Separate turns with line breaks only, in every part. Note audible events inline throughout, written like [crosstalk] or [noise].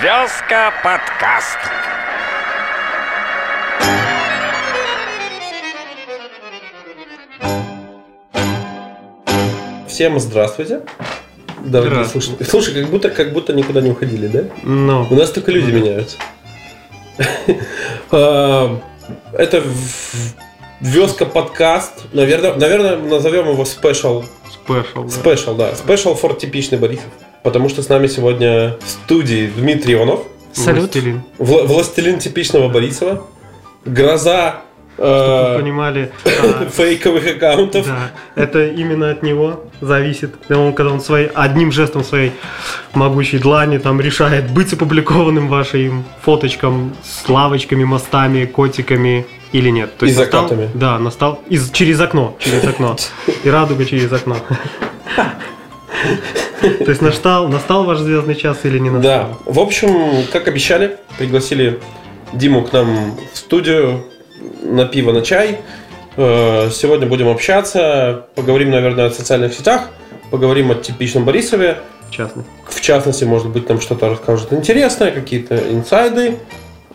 Сказка подкаст.
Всем здравствуйте. Давай не
Здравствуйте.
слушай. Слушай, как будто, как будто никуда не уходили, да? У
Ну,
нас только люди меняются. А, Это Веска подкаст. Наверное, наверное, назовем его спешл.
спешл, да.
Спешл, да. Спешл фор типичный Борисов. Потому что с нами сегодня в студии Дмитрий Ионов,
Салют.
Властелин.
вла- властелин типичного Борисова, гроза
Вы
э,
понимали,
[laughs]
а,
фейковых аккаунтов.
да, это именно от него зависит. И Он, когда он своей, одним жестом своей могучей длани там решает быть опубликованным вашим фоточкам с лавочками, мостами, котиками или нет. То
И
настал-
закатами.
да, настал из, через окно,
[laughs]
через окно. И радуга через окно. [laughs] То есть настал, настал ваш звездный час или не настал?
Да, в общем, как обещали, пригласили Диму к нам в студию на пиво, на чай. Э, Сегодня будем общаться, поговорим, наверное, о социальных сетях, поговорим о типичном Борисове.
В частности.
В частности, может быть, там что-то расскажут интересное, какие-то инсайды.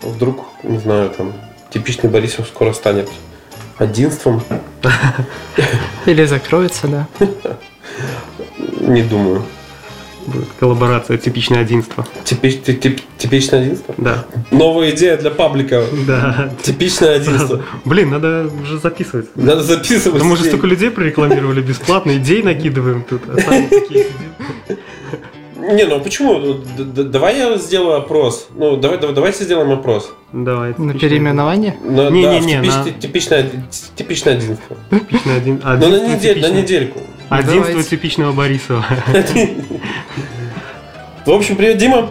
Вдруг, не знаю, там, типичный Борисов скоро станет одинством.
Или закроется, да.
[laughs] Не думаю.
Будет коллаборация типичное одинство.
Типич- ти- тип- типичное одинство?
Да. [laughs]
Новая идея для паблика.
Да.
Типичное
[laughs]
одинство.
Блин, надо уже записывать.
Надо записывать.
Да мы же
идеи.
столько людей прорекламировали бесплатно, идей накидываем тут. а сами такие сидим.
Не, ну почему? Ну, д- д- Давай я сделаю опрос. Ну, давай, давай, давайте сделаем опрос.
Давай.
На
типичное-
переименование.
На-
Не,
да,
не,
в
не,
типич-
на-
ти- типичное, оди- типичное одинство.
Типичное один-
Ну, на,
одинство
недель, на
типичное-
недельку.
Одинство
Ну, Давайте.
[laughs]
типичного Борисова.
В общем, привет, Дима.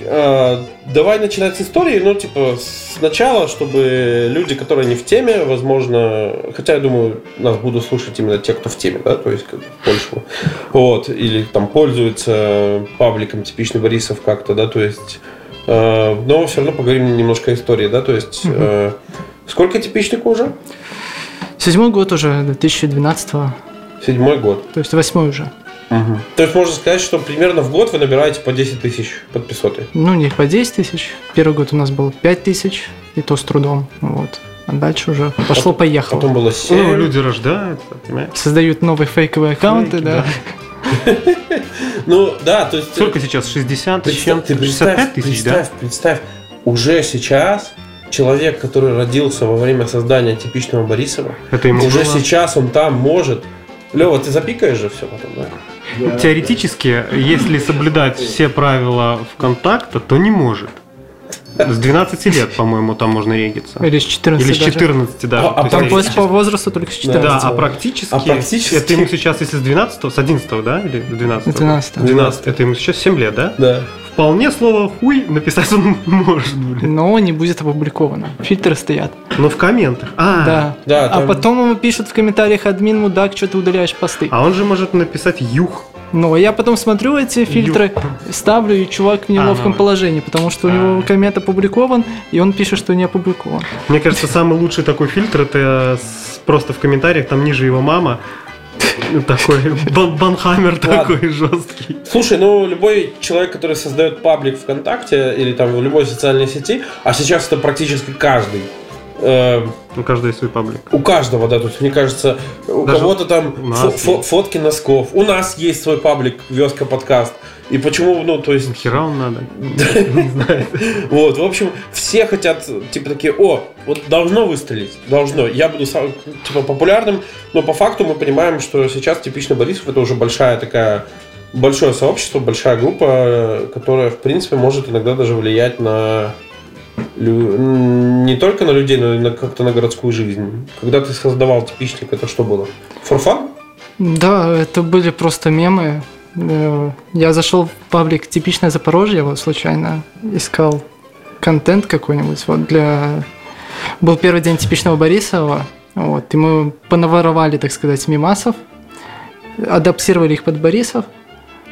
Э, Давай начинать с истории, ну, типа, сначала, чтобы люди, которые не в теме, возможно, хотя, я думаю, нас будут слушать именно те, кто в теме, да, то есть, как бы, больше, вот, или там пользуются пабликом типичный Борисов как-то, да, то есть, э, но все равно поговорим немножко о истории, да, то есть, э, сколько типичнику уже?
Седьмой год уже, 2012 то
Седьмой год.
есть восьмой уже.
То есть, можно сказать, что примерно в год вы набираете по 10 тысяч подписоты.
Ну, не по 10 тысяч. Первый год у нас было 5 тысяч, и то с трудом. Вот. А дальше уже пошло-поехало.
Потом было
Ну,
7.
люди рождаются, понимаешь?
Создают новые фейковые аккаунты,
Фейки,
да.
Ну, да, то есть...
Сколько сейчас? 60 с
Представь-
чем-то?
ты представь,
65 тысяч, да?
представь, представь, уже сейчас человек, который родился во время создания типичного Борисова,
Это ему
уже
было-
сейчас он там может. Лева, ты запикаешь же все потом, да?
Теоретически, если соблюдать все правила ВКонтакта, то не может. С 12 лет, по-моему, там можно региться.
Или с 14
Или с
даже.
14 даже.
А- а
То
там
есть
Там по,
теоретически.
по возрасту только с 14.
Да, а
да.
практически,
А практически-
Это ему сейчас, если с 12 с 11 да? Или с 12
12
12.
Это ему сейчас 7 лет, да?
Да.
Вполне слово «хуй» написать он [laughs] может, блин.
Но не будет опубликовано. Фильтры стоят.
Но в комментах. А,
Да.
Да,
А
там-
потом ему пишут в комментариях админ, мудак, что ты удаляешь посты.
а он же может написать «юх».
Ну, а я потом смотрю эти фильтры, ставлю, и чувак в неловком
ну.
положении, потому что у него
А.
коммент опубликован, и он пишет, что не опубликован.
Мне кажется, самый лучший такой фильтр это с- просто в комментариях, там ниже
[laughs]
его мама. Такой бан- банхаммер такой жесткий.
Слушай, ну любой человек, который создает паблик ВКонтакте или там в любой социальной сети, а сейчас это практически каждый. э,
У каждого есть Ну, свой паблик.
у каждого, да, то есть, мне кажется, у
Даже
кого-то там
у нас
фо- фо-
есть.
фотки носков. У нас есть свой паблик Веска подкаст. И почему, ну, то есть,
Хера
[laughs]
он надо. Не знаю.
Вот, в общем, все хотят, типа, такие, о, вот должно выстрелить, должно. Я буду, сам, типа, популярным, но по факту мы понимаем, что сейчас типично Борисов это уже большая такая, большое сообщество, большая группа, э, которая, в принципе, может иногда даже влиять на лю- м, не только на людей, но и на, как-то на городскую жизнь. Когда ты создавал типичник, это что было? Форфан?
Да, это были просто мемы. Э, Я зашел в паблик «Типичное Запорожье», вот случайно искал контент какой-нибудь. Вот для... Был первый день «Типичного Борисова», вот, и мы понаворовали, так сказать, мимасов, адаптировали их под Борисов.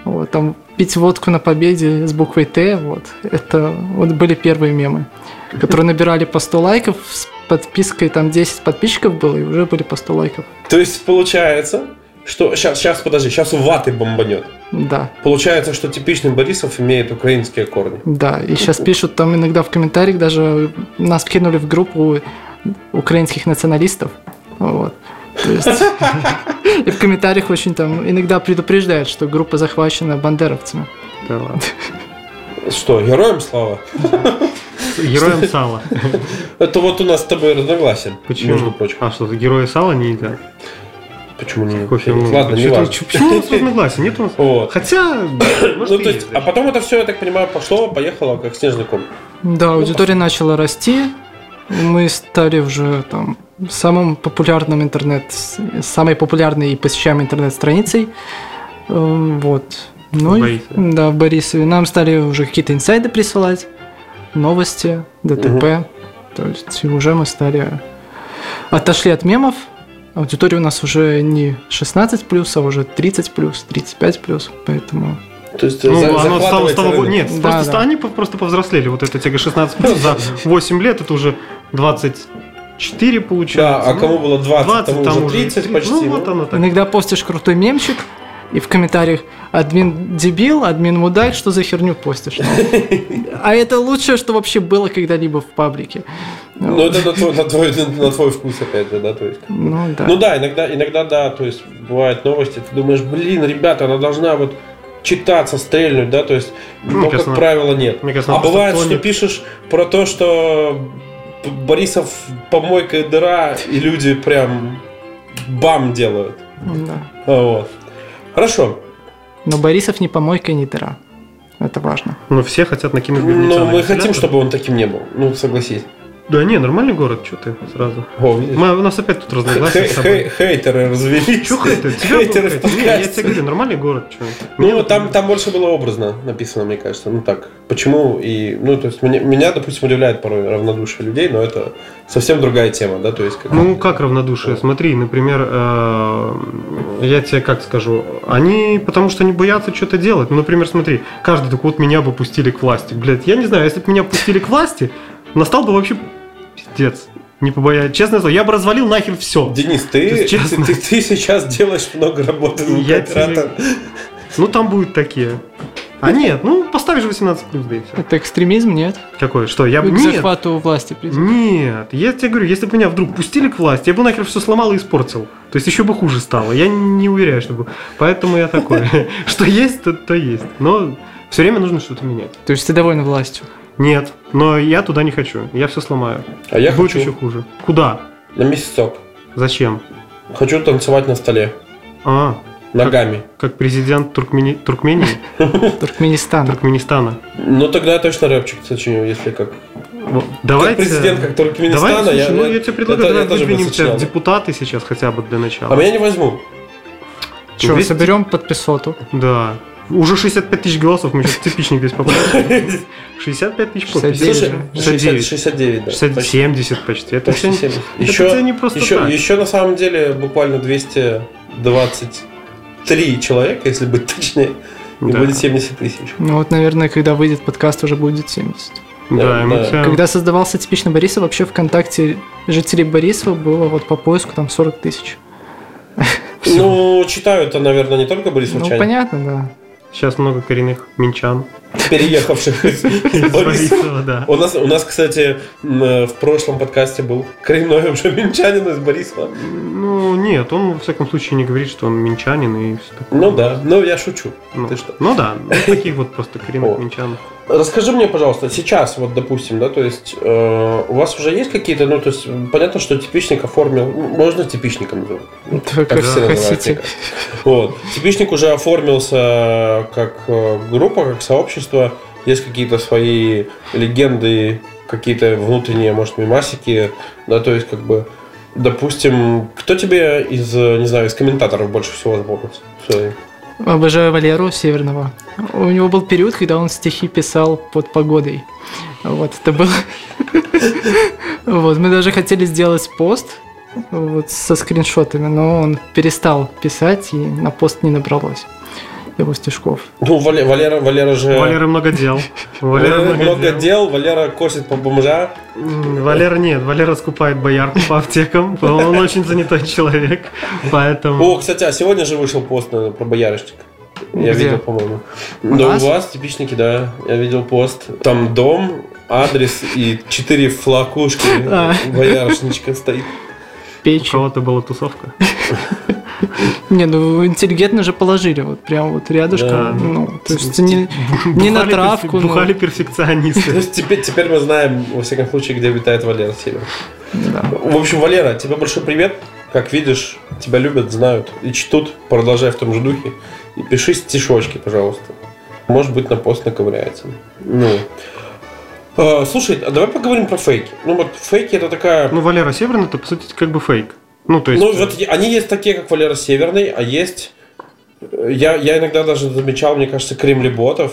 Вот, там «Пить водку на победе» с буквой «Т», вот, это вот были первые мемы, которые набирали по 100 лайков с подпиской, там 10 подписчиков было, и уже были по 100 лайков.
То есть, получается, что... Сейчас, сейчас, подожди, сейчас у ваты бомбанет.
Да,
Получается, что типичный Борисов имеет украинские корни.
да. И сейчас пишут там иногда в комментариях, даже нас вкинули в группу украинских националистов. Вот. То есть, [laughs] и в комментариях очень там иногда предупреждают, что группа захвачена бандеровцами.
Да ладно.
Что, героям слава?
Героям сала.
Это вот у нас с тобой разногласия.
Почему?
Между прочим.
А что, герои сала не едят?
Почему не?
Кофе мы-
Ладно, не
Чё ты-
важно.
Ну, чё- Почему у нас разногласия? Нет у нас...
Вот.
Хотя, может,
Ну,
и
то есть,
есть, да.
а потом это все, я так понимаю, пошло, поехало, как снежный ком.
Да, аудитория начала расти. Мы стали уже там самым популярным интернет, самой популярной и посещаемой интернет-страницей. Эм, Вот. Ну,
В
и-
Борисове.
да, в Борисове. Нам стали уже какие-то инсайды присылать, новости, ДТП. То есть и уже мы стали отошли от мемов. Аудитория у нас уже не 16 плюс, а уже 30 плюс, 35 плюс. Поэтому
То есть,
Ну,
за-
оно стало,
захватывается
стало-
рынок.
Нет,
Да,
просто
да.
ста- они по- просто повзрослели. Вот эта тега 16
[laughs]
плюс за 8 лет, это уже 24
Да,
получается.
а кому было 20,
20,
тому
там
уже
уже
30 почти.
Ну, вот оно так.
Иногда постишь крутой мемчик, и в комментариях админ дебил, админ мудак, что за херню постишь. А это лучшее, что вообще было когда-либо в паблике.
Ну, это на твой, на, твой, на твой вкус, опять же, да, то есть.
Ну
Ну
да.
да, иногда, иногда да, то есть бывают новости, ты думаешь, блин, ребята, она должна вот читаться, стрельнуть, да, то есть,
Ну,
но,
конечно.
как правило, нет.
Мне кажется,
А
она просто
бывает, что
тонет.
пишешь про то, что Б- Борисов помойка и дыра, и люди прям бам делают.
ну
А,
Да.
Вот. Хорошо.
Но Борисов не помойка и не дыра. Это важно.
Ну, все хотят на Ким Ир Гун
Но
национально
мы хотим,
населяться.
чтобы он таким не был. Ну, согласись.
Да не, нормальный город, что ты сразу.
О, видишь?
Мы- у нас опять тут разногласия
Хей-
с
хей-
тобой.
Хейтеры развелись.
Чё хейтеры? Тебя
Хейтеры в
хейтят? Не, я
подкасте.
тебе говорю, нормальный город, чё. Мне
Ну,
вот-
там, там больше было образно написано, мне кажется. Ну так, почему и... Ну, то есть, меня, меня, допустим, удивляет порой равнодушие людей, но это совсем другая тема, да, то есть... Как...
Ну, как равнодушие? Смотри, например, э, я тебе как скажу, они, потому что они боятся что-то делать. Ну, например, смотри, каждый такой, вот меня бы пустили к власти. Блядь, я не знаю, если бы меня пустили к власти, настал бы вообще пиздец. Не побоясь. Честное слово, я бы развалил нахер все.
Денис, ты,
То есть,
ты,
честно.
ты- [laughs] ты сейчас делаешь много работы
Я
администратора.
Ну, там будут такие. А нет, ну, поставишь 18 плюс, да и все.
Это экстремизм, нет?
Какое? Что, я бы...
К
Нет,
захвату власти прийти.
Нет, я тебе говорю, если бы меня вдруг пустили к власти, я бы нахер все сломал и испортил. То есть еще бы хуже стало. Я не уверяю, что бы. Поэтому
[laughs]
я такой. Что есть, то, то есть. Но все время нужно что-то менять.
То есть ты доволен властью.
Нет, но я туда не хочу. Я все сломаю.
А я
Будет
хочу
еще хуже. Куда?
на месяцок.
Зачем?
Хочу танцевать на столе.
А,
Ногами.
как президент Туркмени...
[laughs]
Туркмении,
Туркменистана.
Туркменистана.
Ну, тогда я точно рэпчик сочиню, если как...
Вот,
Как президент,
Давайте.
как Туркменистана.
Давай, слушай, ну я тебе предлагаю,
это-
давай
я тоже бы
выдвинем тебя
сочинял.
в депутаты сейчас хотя бы для
А
начала.
меня не возьму.
Че,
200?
соберем подписоту.
Да. Уже 65 тысяч голосов, мы сейчас в цепичник
[laughs]
здесь попали. 65 тысяч подписей.
69.
Слушай,
69.
69, 69 да.
60, 70 почти. Это
Почти
все,
70.
это
Еще,
тебе не просто
еще,
так.
еще на самом деле буквально 223 человека, если быть точнее, и
Да.
будет 70 тысяч.
Ну вот, наверное, когда выйдет подкаст, уже будет 70.
Да, и мы
Да.
тебя-
Когда создавался типичный Борисов, вообще ВКонтакте жителей Борисова было вот по поиску там 40 тысяч.
Ну, читают это, наверное, не только
Ну,
борисовчане,
понятно, да.
Сейчас много коренных минчан.
переехавших из
Из
Бориса.
Борисова, да.
У нас, у нас, кстати, м, э, в прошлом подкасте был коренной уже минчанин из Борисова.
Ну, нет, он, во всяком случае, не говорит, что он минчанин и все такое.
Ну да, ну я шучу.
Ну,
Ты что?
ну да, ну, таких вот просто коренных
О.
минчан.
Расскажи мне, пожалуйста, сейчас, вот, допустим, да, то есть э, у вас уже есть какие-то, ну, то есть м, понятно, что типичник оформил, м, можно типичником называть?
Это
Как
как
все называют, мне
хотите.
кажется. Вот. Типичник уже оформился как э, группа, как сообщество. Есть какие-то свои легенды, какие-то внутренние, может, мимасики. Да, то есть, как бы, допустим, кто тебе из, э, не знаю, из комментаторов больше всего запомнился? Всё.
Обожаю Валеру Северного. У него был период, когда он стихи писал под погодой. Вот, это было... [laughs] Вот, мы даже хотели сделать пост вот, со скриншотами, но он перестал писать, и на пост не набралось его стишков.
Ну, Вале- Валера, Валера же...
Валера много дел. Валера много дел.
Э. дел, Валера косит по бомжа.
М, Валера нет, Валера скупает боярку по аптекам. Он очень занятой человек, поэтому...
О, кстати, а сегодня же вышел пост наверное, про боярышник. Я
Где?
видел, по-моему.
У
Да,
нас?
у вас типичники, да. Я видел пост. Там дом, адрес и четыре флакушки
[laughs] А.
боярышничка стоит.
У
Печь.
кого-то была тусовка.
Не, ну интеллигентно же положили, вот прям вот рядышком.
Да.
Ну, то есть не, не на
Бухали перфе-
травку. ну,
Бухали
То
перфекционисты.
есть теперь, теперь мы знаем, во всяком случае, где обитает Валера Север.
да.
В общем, Валера, тебе большой привет. Как видишь, тебя любят, знают и чтут. Продолжай в том же духе. И пиши стишочки, пожалуйста. Может быть, на пост наковыряется. Ну. Э, Слушай, а давай поговорим про фейки. Ну вот фейки это такая...
Ну, Валера Северный, это, по сути, как бы фейк. Ну, то есть...
Ну, вот е- они есть такие, как Валера Северный, а есть... э, Я, я иногда даже замечал, мне кажется, кремлеботов.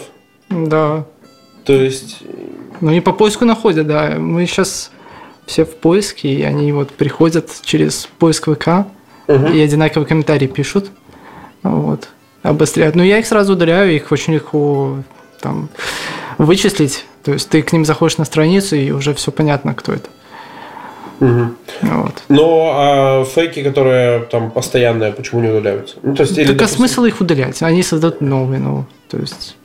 Да.
То есть...
Ну и по поиску находят, да. Мы сейчас все в поиске, и они вот приходят через поиск ВК
Мгм.
и одинаковые комментарии пишут. Вот. Обостряют. Но я их сразу удаляю, их очень легко там вычислить. То есть ты к ним заходишь на страницу, и уже все понятно, кто это.
Мгм.
Вот.
Но а фейки, которые там постоянные, почему не удаляются? Ну, то есть... или,
так а
допустим,
смысл их удалять? Они создадут новые, ну, то есть...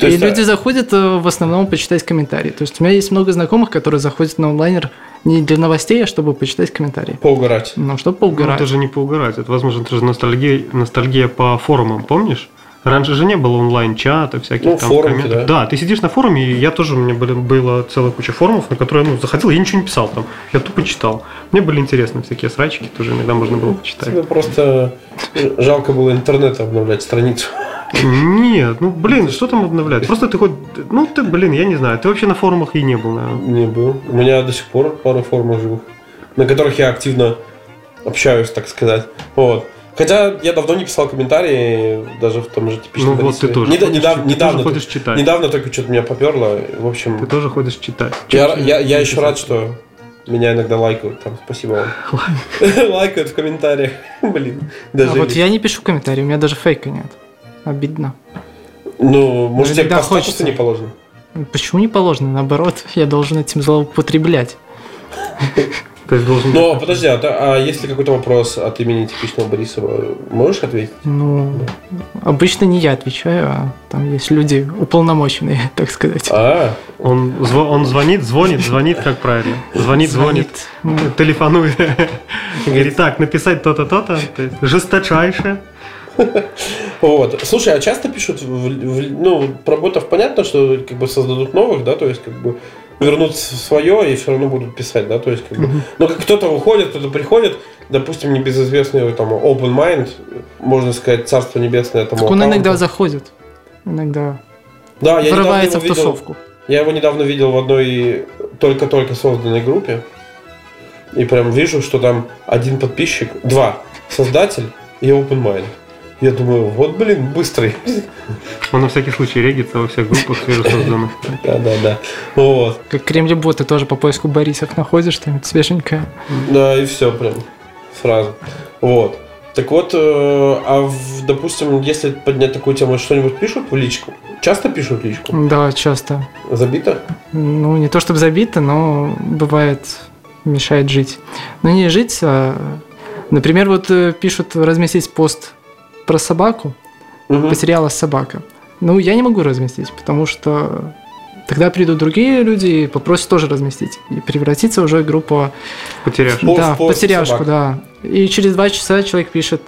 То
и
есть, а-
люди заходят э, в основном почитать комментарии. То есть у меня есть много знакомых, которые заходят на онлайнер не для новостей, а чтобы почитать комментарии.
Поугарать.
Ну, чтобы
Ну,
поугарать.
это же не поугарать, это, возможно, это же ностальгия, ностальгия по форумам, помнишь? Раньше же не было онлайн-чата, всяких
Ну,
там
форумки,
комментов. Да. ты сидишь на форуме, и я тоже, у меня были, была целая куча форумов, на которые ну, заходил, я ничего не писал там, я тупо читал. Мне были интересны всякие срачики, тоже иногда можно было почитать.
Тебе просто жалко было интернет обновлять страницу. [laughs]
Нет, ну, блин, что там обновлять? Просто ты хоть, ну, ты, блин, я не знаю, ты вообще на форумах и не был, наверное.
Не был. У меня до сих пор пара форумов живых, на которых я активно общаюсь, так сказать. Вот. Хотя я давно не писал комментарии, даже в том же
Ну,
типичном
вот ты
Борисове.
тоже.
Неда-
ходишь-
недав-
ты
недавно,
тоже ходишь читать.
недавно только что-то меня поперло. В общем,
Ты тоже ходишь читать.
я,
Чё тебе
я, я
интересно?
еще рад, что меня иногда лайкают. Там, спасибо вам. [laughs] Лайкают в комментариях. Блин,
А
даже.
вот я не пишу комментарии, у меня даже фейка нет. Обидно.
Ну, может, тебе
иногда
по статусу
хочется.
не положено?
Почему не положено? Наоборот, [laughs] я должен этим злоупотреблять.
То есть должен...
Но подожди, а, та- а если какой-то вопрос от имени типичного Борисова, можешь ответить?
Ну, обычно не я отвечаю, а там есть люди уполномоченные, [laughs] так сказать.
А,
Он, зв- он звонит, звонит, звонит, как правильно. Звонит, звонит,
Ну,
телефонует. И Говорит, так, написать то-то, то-то. То есть Жесточайше.
вот. Слушай, а часто пишут, в- в- ну, про ботов понятно, что как бы создадут новых, да, то есть как бы вернут свое и все равно будут писать, да, то есть как бы. Но как кто-то уходит, кто-то приходит, допустим, небезызвестный там Open Mind, можно сказать, царство небесное там.
так он иногда заходит. Иногда
да, я недавно
врывается в
его видел-
тусовку.
Я его недавно видел в одной только-только созданной группе. И прям вижу, что там один подписчик, два, создатель и open mind. Я думаю, вот, блин, быстрый.
Он на всякий случай регится во всех группах свежесозданных.
Да-да-да. Вот.
Как Кремль-бот, ты тоже по поиску Борисов находишь, что-нибудь свеженькое.
Да, и все прям. Сразу. Вот. Так вот, э, а, в- допустим, если поднять такую тему, что-нибудь пишут в личку? Часто пишут в личку?
Да, часто.
Забито?
Ну, не то чтобы забито, но бывает мешает жить. Но не жить, а... Например, вот э, пишут разместить пост про собаку,
Мгм.
потерялась собака. Ну, я не могу разместить, потому что тогда придут другие люди и попросят тоже разместить. И превратится уже группа
Потеряешь.
Пост,
да, в
пост,
потеряшку, да. И через два часа человек пишет,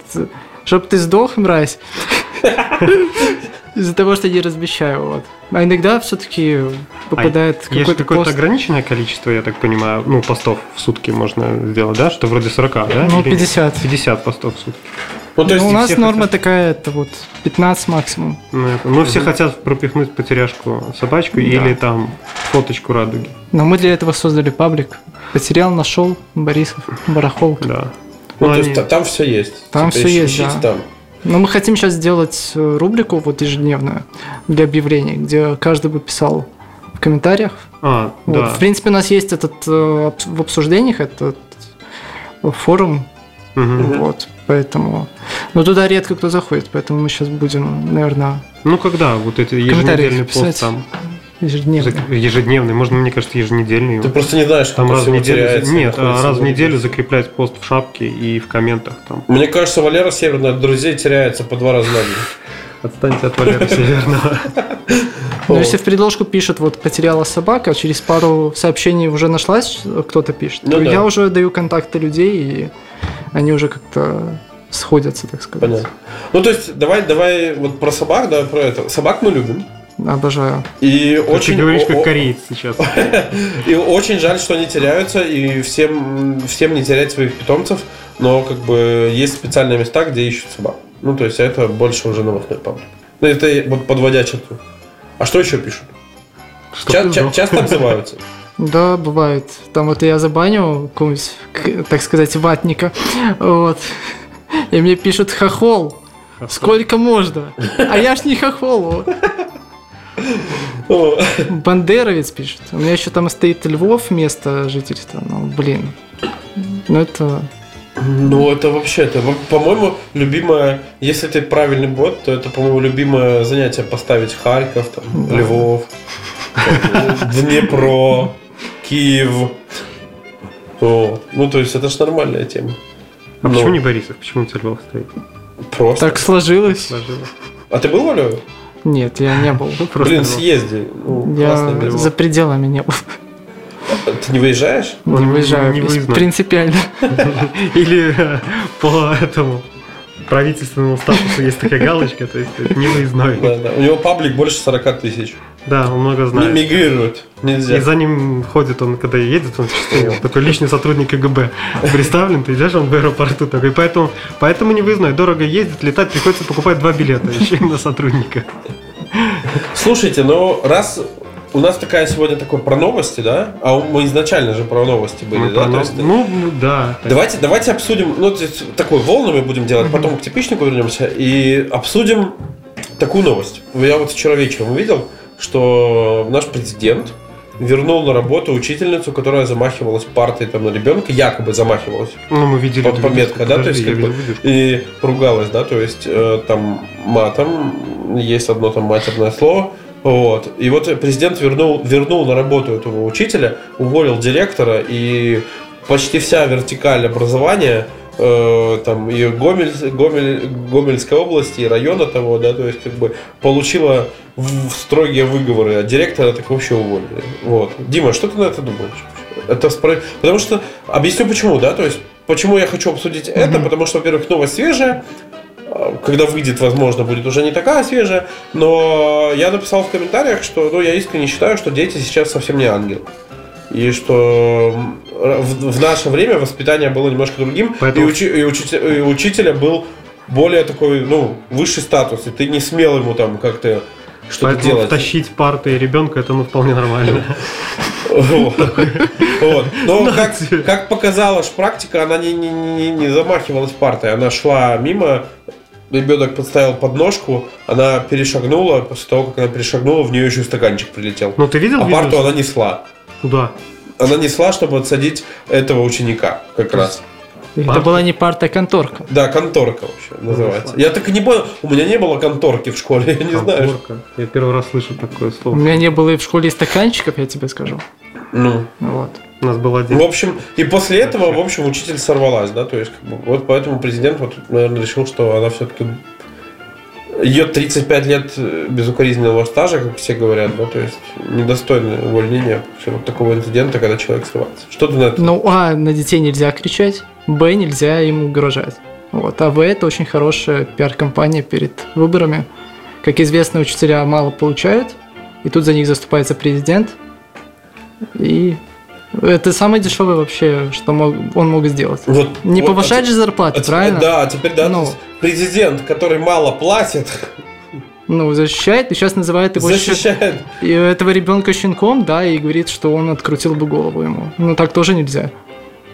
чтоб ты сдох, мразь. Из-за того, что я не размещаю. Вот. А иногда все-таки попадает
Есть
какой-то
какое-то
пост.
ограниченное количество, я так понимаю, ну, постов в сутки можно сделать, да? Что вроде 40, да?
Ну,
Или
50.
50 постов в сутки.
Ну, то есть,
Ну, у
не
нас
всех
норма
хотят.
такая, это вот 15 максимум.
Ну, это- ну, все хотят пропихнуть потеряшку собачку или там фоточку радуги.
Но мы для этого создали паблик. Потерял, нашел Борисов, Барахол.
Да.
ну,
Ну,
то
они-
есть та- там все есть.
Там всё
ищи-
есть,
ищите
да.
там.
Но мы хотим сейчас сделать э, рубрику вот ежедневную для объявлений, где каждый бы писал в комментариях,
А,
Вот,
да.
в принципе, у нас есть этот э, обс- в обсуждениях этот форум,
Мгм.
Мгм.
вот, поэтому. Но туда редко кто заходит, поэтому мы сейчас будем, наверное,
Ну, когда вот эти
Комментарии
еженедельный
писать.
пост там?
ежедневно.
Зак- Ежедневный, можно, мне кажется, еженедельный. его.
Ты просто не знаешь,
Там
сколько
раз в
всего
неделю,
теряется,
нет, а
находится
раз в
на
неделю закреплять пост в шапке и в комментах там.
Мне кажется, Валера Северный от друзей теряется по два раза на день.
Отстаньте от [laughs] Валеры Северного.
Ну, если в предложку пишут, вот потеряла собака, через пару сообщений уже нашлась, э, кто-то пишет,
Ну
то
да.
я уже даю контакты людей, и они уже как-то сходятся, так сказать.
Понятно. Ну, то есть, давай, давай вот про собак, да, про это. Собак мы любим.
Обожаю.
И
Ты
очень,
говоришь,
о- о-
как кореец
[laughs]
сейчас.
и очень жаль, что они теряются, и всем, всем не терять своих питомцев, но как бы есть специальные места, где ищут собак. Ну, то есть это больше уже новостной паблик. Ну, это я вот подводя черту. А что еще пишут?
Чтоб
Ча-
ты А
ча-
знал.
часто обзываются?
Да, бывает. Там вот я забанил какого-нибудь, к- так сказать, ватника. Вот. И мне пишут хохол. Сколько можно? А я ж не хохол. вот.
О,
Бандеровец пишет. У меня еще там стоит Львов место жительства. Ну, блин. Ну, это...
Ну, это вообще, это, во- по-моему, любимое, если ты правильный бот, то это, по-моему, любимое занятие поставить Харьков, там,
Да.
Львов, Днепро, Киев. О, ну, то есть это ж нормальная тема.
А почему
Ну.
не Борисов? Почему у тебя Львов стоит?
Просто.
Так сложилось.
Сложило.
А ты был во Львове?
Нет, я не был.
Ну, просто
Блин,
Львов.
съезди. Ну, классное
Я
место.
за пределами не был.
Ты не выезжаешь?
Не
Не-
выезжаю.
не выездной.
Принципиально.
Или э, по этому правительственному статусу есть такая галочка, то есть это не выездной.
Да, да. У него паблик больше 40 тысяч.
Да, он много
Не
знает.
мигрирует. Нельзя.
И за ним ходит он, когда едет, он чувствует, он такой личный
[laughs]
сотрудник КГБ. Представлен, ты идешь, он в аэропорту такой. Поэтому, поэтому не выездной. Дорого ездит, летать приходится покупать два билета [laughs] еще и на сотрудника.
Слушайте, ну раз у нас такая сегодня такой про новости, да? А мы изначально же про новости были,
Ну,
да?
про-
То есть- э,
Ну, ну, да.
Давайте, давайте обсудим, ну, то есть, такой волнами будем делать, потом к типичнику вернемся и обсудим такую новость. Я вот вчера вечером увидел, что наш президент вернул на работу учительницу, которая замахивалась партой там на ребенка, якобы замахивалась.
Ну, мы видели.
Под-
эту
пометка, да, то есть
Подожди, я
как бы-
видел выдержку.
И ругалась, да, то есть э, там матом, есть одно там матерное слово. Вот. И вот президент вернул, вернул на работу этого учителя, уволил директора, и почти вся вертикаль образования, э, там и Гомель- Гомель- Гомельской области, и района того, да, то есть как бы получила в- в строгие выговоры, а директора так вообще уволили. Вот. Дима, что ты на это думаешь? Это спро- Потому что, объясню почему, да, то есть почему я хочу обсудить это, потому что, во-первых, новость свежая, а, когда выйдет, возможно, будет уже не такая свежая, но я написал в комментариях, что ну, я искренне считаю, что дети сейчас совсем не ангел. И что м, ра- в, в наше время воспитание было немножко другим,
Поэтому-
и, учи- и учите- и у учителя был более такой, ну, высший статус, и ты не смел ему там как-то что-то
Поэтому
делать.
втащить парты ребенка, это ну вполне нормально.
[laughs] Вот. Вот. Но как,
Нация.
как показала ж практика, она не, не, не, не замахивалась партой. Она шла мимо, ребенок подставил подножку, она перешагнула, после того, как она перешагнула, в нее еще и стаканчик прилетел.
Ну, ты видел
А парту
видео?
она несла.
Куда?
Она несла, чтобы отсадить этого ученика как раз.
Это
Парта.
была не парта, а конторка.
Да, конторка вообще называется. Я так и не понял, у меня не было конторки в школе, [laughs] я не знаю.
Конторка. Я первый раз слышу такое
У
слово.
меня не было и в школе и стаканчиков, я тебе скажу.
Ну,
Вот.
У нас был один.
В общем, и после этого, в общем, учитель сорвалась, да, то есть, как бы, вот поэтому президент, вот, наверное, решил, что она все-таки ее 35 лет э, безукоризненного стажа, как все говорят, да, то есть недостойное увольнение после вот такого инцидента, когда человек срывается. Что ты на это?
Ну, а, на детей нельзя кричать, б, нельзя им угрожать. Вот. А в это очень хорошая пиар-компания перед выборами. Как известно, учителя мало получают, и тут за них заступается президент. И это самое дешевое вообще, что мог- он мог сделать.
Вот,
Не
вот,
повышать же
а те-
зарплаты,
а те-
правильно?
Да, теперь да, то
Ну.
есть президент, который мало
[laughs]
платит,
Ну, защищает, и сейчас называет его щи-
защищает.
и этого ребенка щенком, да, и говорит, что он открутил бы голову ему. Ну, так тоже нельзя.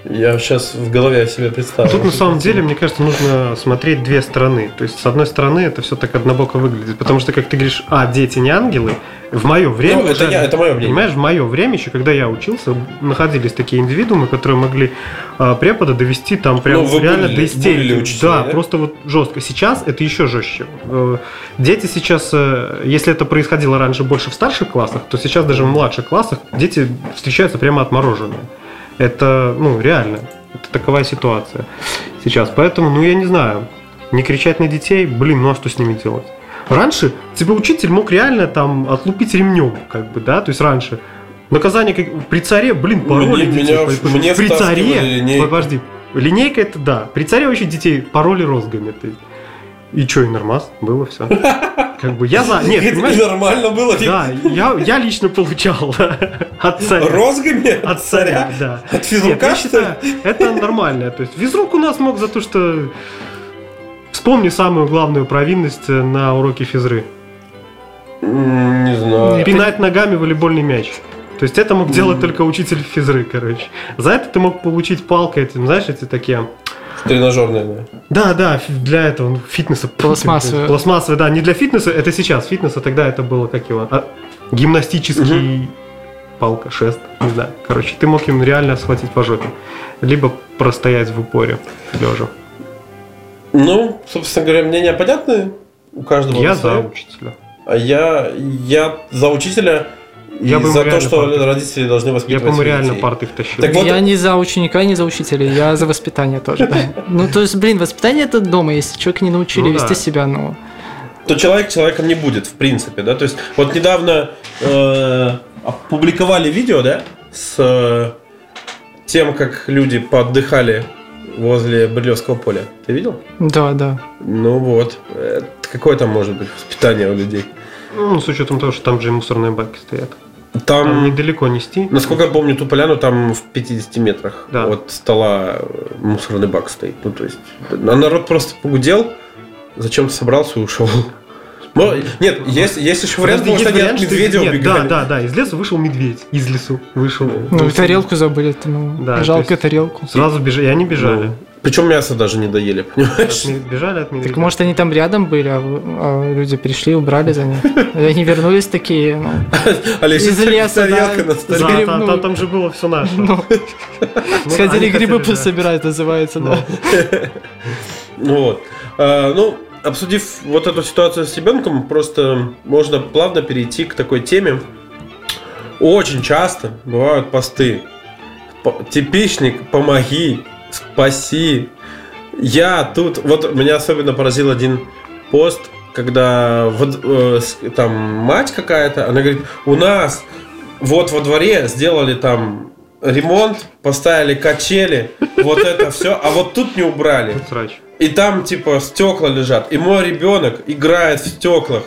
Я сейчас в голове себе представил.
Тут
[laughs]
на самом деле, мне кажется, нужно смотреть две стороны. То есть, с одной стороны, это все так однобоко выглядит. Потому что, как ты говоришь, а, дети не ангелы, в мое время.
Ну, это
уже-
я- это моё мнение.
Понимаешь, в мое время, еще когда я учился, находились такие индивидуумы, которые могли а, препода довести там прям
Ну, вы
реально
булили-
до истерики.
булили учителя,
да,
да?
просто вот жестко. Сейчас это еще жестче. Э, Дети сейчас, э, если это происходило раньше больше в старших классах, то сейчас даже в младших классах дети встречаются прямо отмороженные. Это, ну, реально. Это таковая ситуация сейчас. Поэтому, ну, я не знаю. Не кричать на детей, блин, ну а что с ними делать? Раньше тебя учитель мог реально там отлупить ремнем, как бы, да, то есть раньше. Наказание как при царе, блин, пароли
Мне-
детей.
Ну, меня-
при-
мне
при
втаскивали
царе,
линейку.
подожди, линейка это да, при царе вообще детей пароли розгами. ты. И чё, и нормас, было
[laughs]
все. Как бы я за, нет,
И
понимаешь,
нормально было. типа,
да, я, я лично получал [laughs] от царя.
Розгами?
От царя, да.
От физрука,
Нет, я
что
считаю, это нормально. То есть физрук у нас мог за то, что... Вспомни самую главную провинность э, на уроке физры.
М, Не знаю.
Пинать ногами волейбольный мяч. То есть это мог делать только учитель физры, короче. За это ты мог получить палкой, этим, знаешь, эти такие...
Тренажерные, да.
Да, да, фи- для этого ну, фитнеса.
Пластмассовые.
Пластмассовые, да, не для фитнеса, это сейчас. Фитнеса тогда это было, как его, а, гимнастический палка, шест, не знаю. Короче, ты мог им реально схватить по жопе. Либо простоять в упоре, лежа.
Ну, собственно говоря, мнения понятны у каждого.
Я за
свое.
учителя.
А я, я за учителя и
Я бы ему
за то,
реально
что
пар-
родители должны
Я,
воспитывать
по-моему,
своих
реально
детей.
парты втащил.
Так вот-
Я не за ученика, и не за учителя, я за воспитание тоже. да. Ну, то есть, блин, воспитание это дома, если человека не научили
Ну да.
вести себя, ну,
То человек человеком не будет, в принципе, да. То есть, вот недавно э, опубликовали видео, да, с э, тем, как люди поотдыхали возле Брилевского поля. Ты видел?
да, да.
Ну вот. Э, какое там может быть воспитание у людей?
Ну, с учетом того, что там же и мусорные баки стоят. Там
Там,
недалеко нести.
насколько я помню, ту поляну там в 50 метрах
Да.
от стола э, мусорный бак стоит. Ну, то есть, а народ просто погудел, зачем собрался и ушел. Ну, нет, есть, есть еще Ну, вариант, потому
Подожди,
что они
есть
от
вариант, что-
медведя
нет,
убегали.
Да, да, да, из леса вышел медведь. Из лесу вышел.
Ну, и тарелку забыли, это, ну,
Да, то
жалко
есть-
тарелку.
Сразу бежали, и они бежали.
Причем мясо даже не доели, понимаешь?
От мед- Бежали от медведя.
Так может они там рядом были, а, вы- а люди пришли, убрали за них. И они вернулись такие, ну,
Алексей,
Из леса,
тарелка
да.
на столе.
Да,
Гриб-
та-
ну,
та- там же было все наше.
[laughs] ну,
Ну,
сходили
они
грибы
хотели, да.
пособирать, называется,
Ну,
да.
Ну Вот. А, ну, обсудив вот эту ситуацию с ребенком, просто можно плавно перейти к такой теме. Очень часто бывают посты. П- Типичник, помоги, спаси. Я тут, вот меня особенно поразил один пост, когда во- э, с- там мать какая-то, она говорит, у нас вот во дворе сделали там ремонт, поставили качели, вот это все, а вот тут не убрали.
вот срач.
И там, типа, стекла лежат. И мой ребенок играет в стеклах.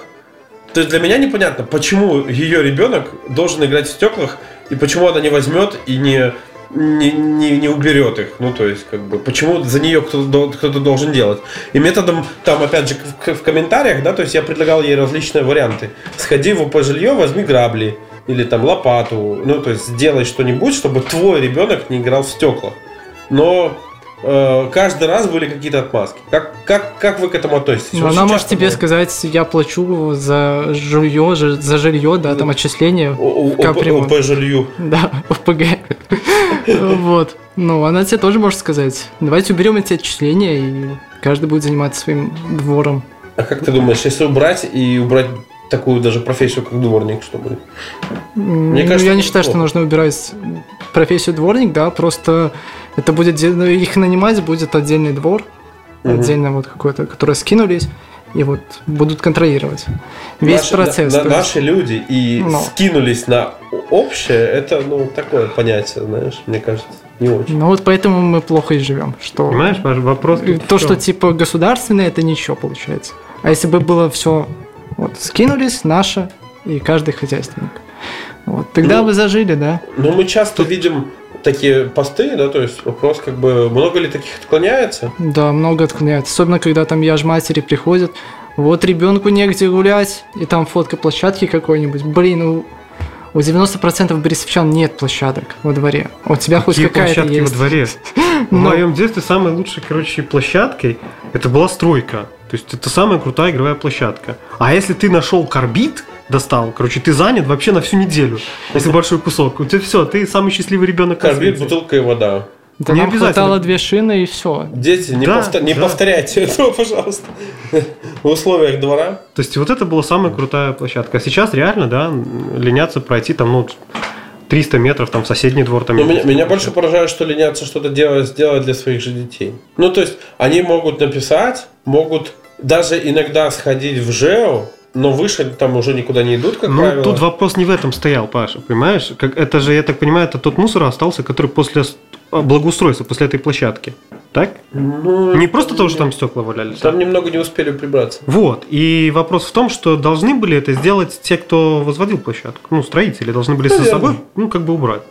То есть для меня непонятно, почему ее ребенок должен играть в стеклах, и почему она не возьмет и не, не, не, не уберет их. Ну, то есть, как бы, почему за нее кто-то, дол- кто-то должен делать. И методом, там, опять же, к- к- в комментариях, да, то есть я предлагал ей различные варианты. Сходи в жилье, возьми грабли или там лопату. Ну, то есть сделай что-нибудь, чтобы твой ребенок не играл в стеклах. Но э, каждый раз были какие-то отмазки. Как, как, как вы к этому относитесь?
Но
Очень
Ну, она может
часто
тебе
было.
сказать, я плачу за жилье, ж- за жилье, да, там отчисления,
О- о- о-
капремонт.
ОП жилью.
да, ОПГ. Вот. Ну, она тебе тоже может сказать, давайте уберем эти отчисления, и каждый будет заниматься своим двором.
А как ты думаешь, если убрать и убрать такую даже профессию, как дворник, что будет?
Мне
кажется,
Ну, я не
это
считаю, что
неплохо.
нужно убирать профессию дворник, да, просто это будет де- ну, их нанимать будет отдельный двор,
Мгм.
отдельно вот какой-то, которые скинулись и вот будут контролировать весь
Наши-
процесс.
на-
то
на-
есть.
наши люди и
Ну.
скинулись на общее, это, ну, такое понятие, знаешь, мне кажется, не очень.
Ну вот поэтому мы плохо и живем, что
Понимаешь, Паш, вопрос
И
тут
то,
в
что
чём?
типа государственное, это ничего получается. А если бы было все вот скинулись наше и каждый хозяйственник, вот тогда
Ну,
бы зажили, да?
Но мы часто видим такие посты, да, то есть вопрос, как бы, много ли таких отклоняется?
Да, много отклоняют. Особенно, когда там я ж матери приходят. Вот ребенку негде гулять, и там фотка площадки какой-нибудь. Блин, у, у 90% борисовчан нет площадок во дворе. У тебя хоть
Какие
какая-то
площадки во
есть. [laughs]
дворе? В
Ну.
моем детстве самой лучшей, короче, площадкой это была стройка. То есть это самая крутая игровая площадка. А если ты нашел карбит, достал, короче, ты занят вообще на всю неделю. Если большой кусок, у тебя все, ты самый счастливый ребенок. на
Корбит,
свете.
бутылка и вода.
Да
Не
нам
обязательно.
хватало две шины и все.
Дети, не,
Да,
повтор- не
да.
повторяйте [laughs] этого, пожалуйста. В условиях двора.
То есть вот это была самая крутая площадка. А сейчас реально, да, ленятся пройти там, ну, 300 метров, там, в соседний двор. Там,
Но
есть
Ну, меня, меня
такая
больше поражает, что ленятся что-то делать, сделать для своих же детей. Ну, то есть, они могут написать, могут даже иногда сходить в ЖЭО, но выше там уже никуда не идут, как
Ну,
правило.
тут вопрос не в этом стоял, Паша, понимаешь? Как, это же, я так понимаю, это тот мусор остался, который после с- а, благоустройства, после этой площадки. Так?
Ну,
Не просто того, что там стекла валялись.
Там немного не успели прибраться.
Вот. И вопрос в том, что должны были это сделать те, кто возводил площадку. Ну, строители должны были со
Наверное.
собой, ну, как бы убрать.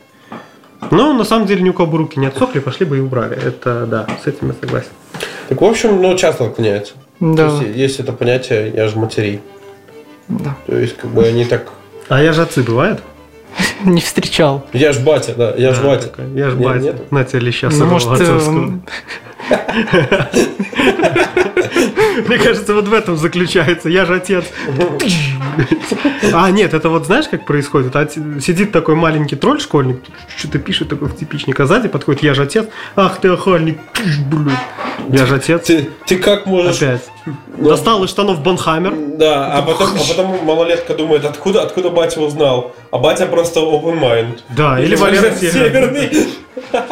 Но на самом деле ни у кого бы руки не отсохли, пошли бы и убрали. Это да, с этим я согласен.
Так, в общем, ну, часто отклоняется.
Да.
То есть, есть это понятие, я же матери.
Да.
То есть, как бы они так...
А я же отцы бывает?
[laughs] Не встречал.
Я ж батя, да, я ж батя.
Я ж
Не-
батя.
нету?
На тебе леща
Ну,
самого
может,
отцовского.
эм,
Мне кажется, вот в этом заключается. Я же отец. А, нет, это вот знаешь, как происходит? От- Сидит такой маленький тролль, школьник, что-то пишет такой в типичник, а сзади подходит, я же отец. Ах ты охальник, блин. Я же отец.
Ты, ты как можешь...
Опять. Достал из штанов Банхаммер.
Да, а потом, а потом малолетка думает, откуда, откуда батя узнал. А батя просто open mind.
Да, или Валера Северный.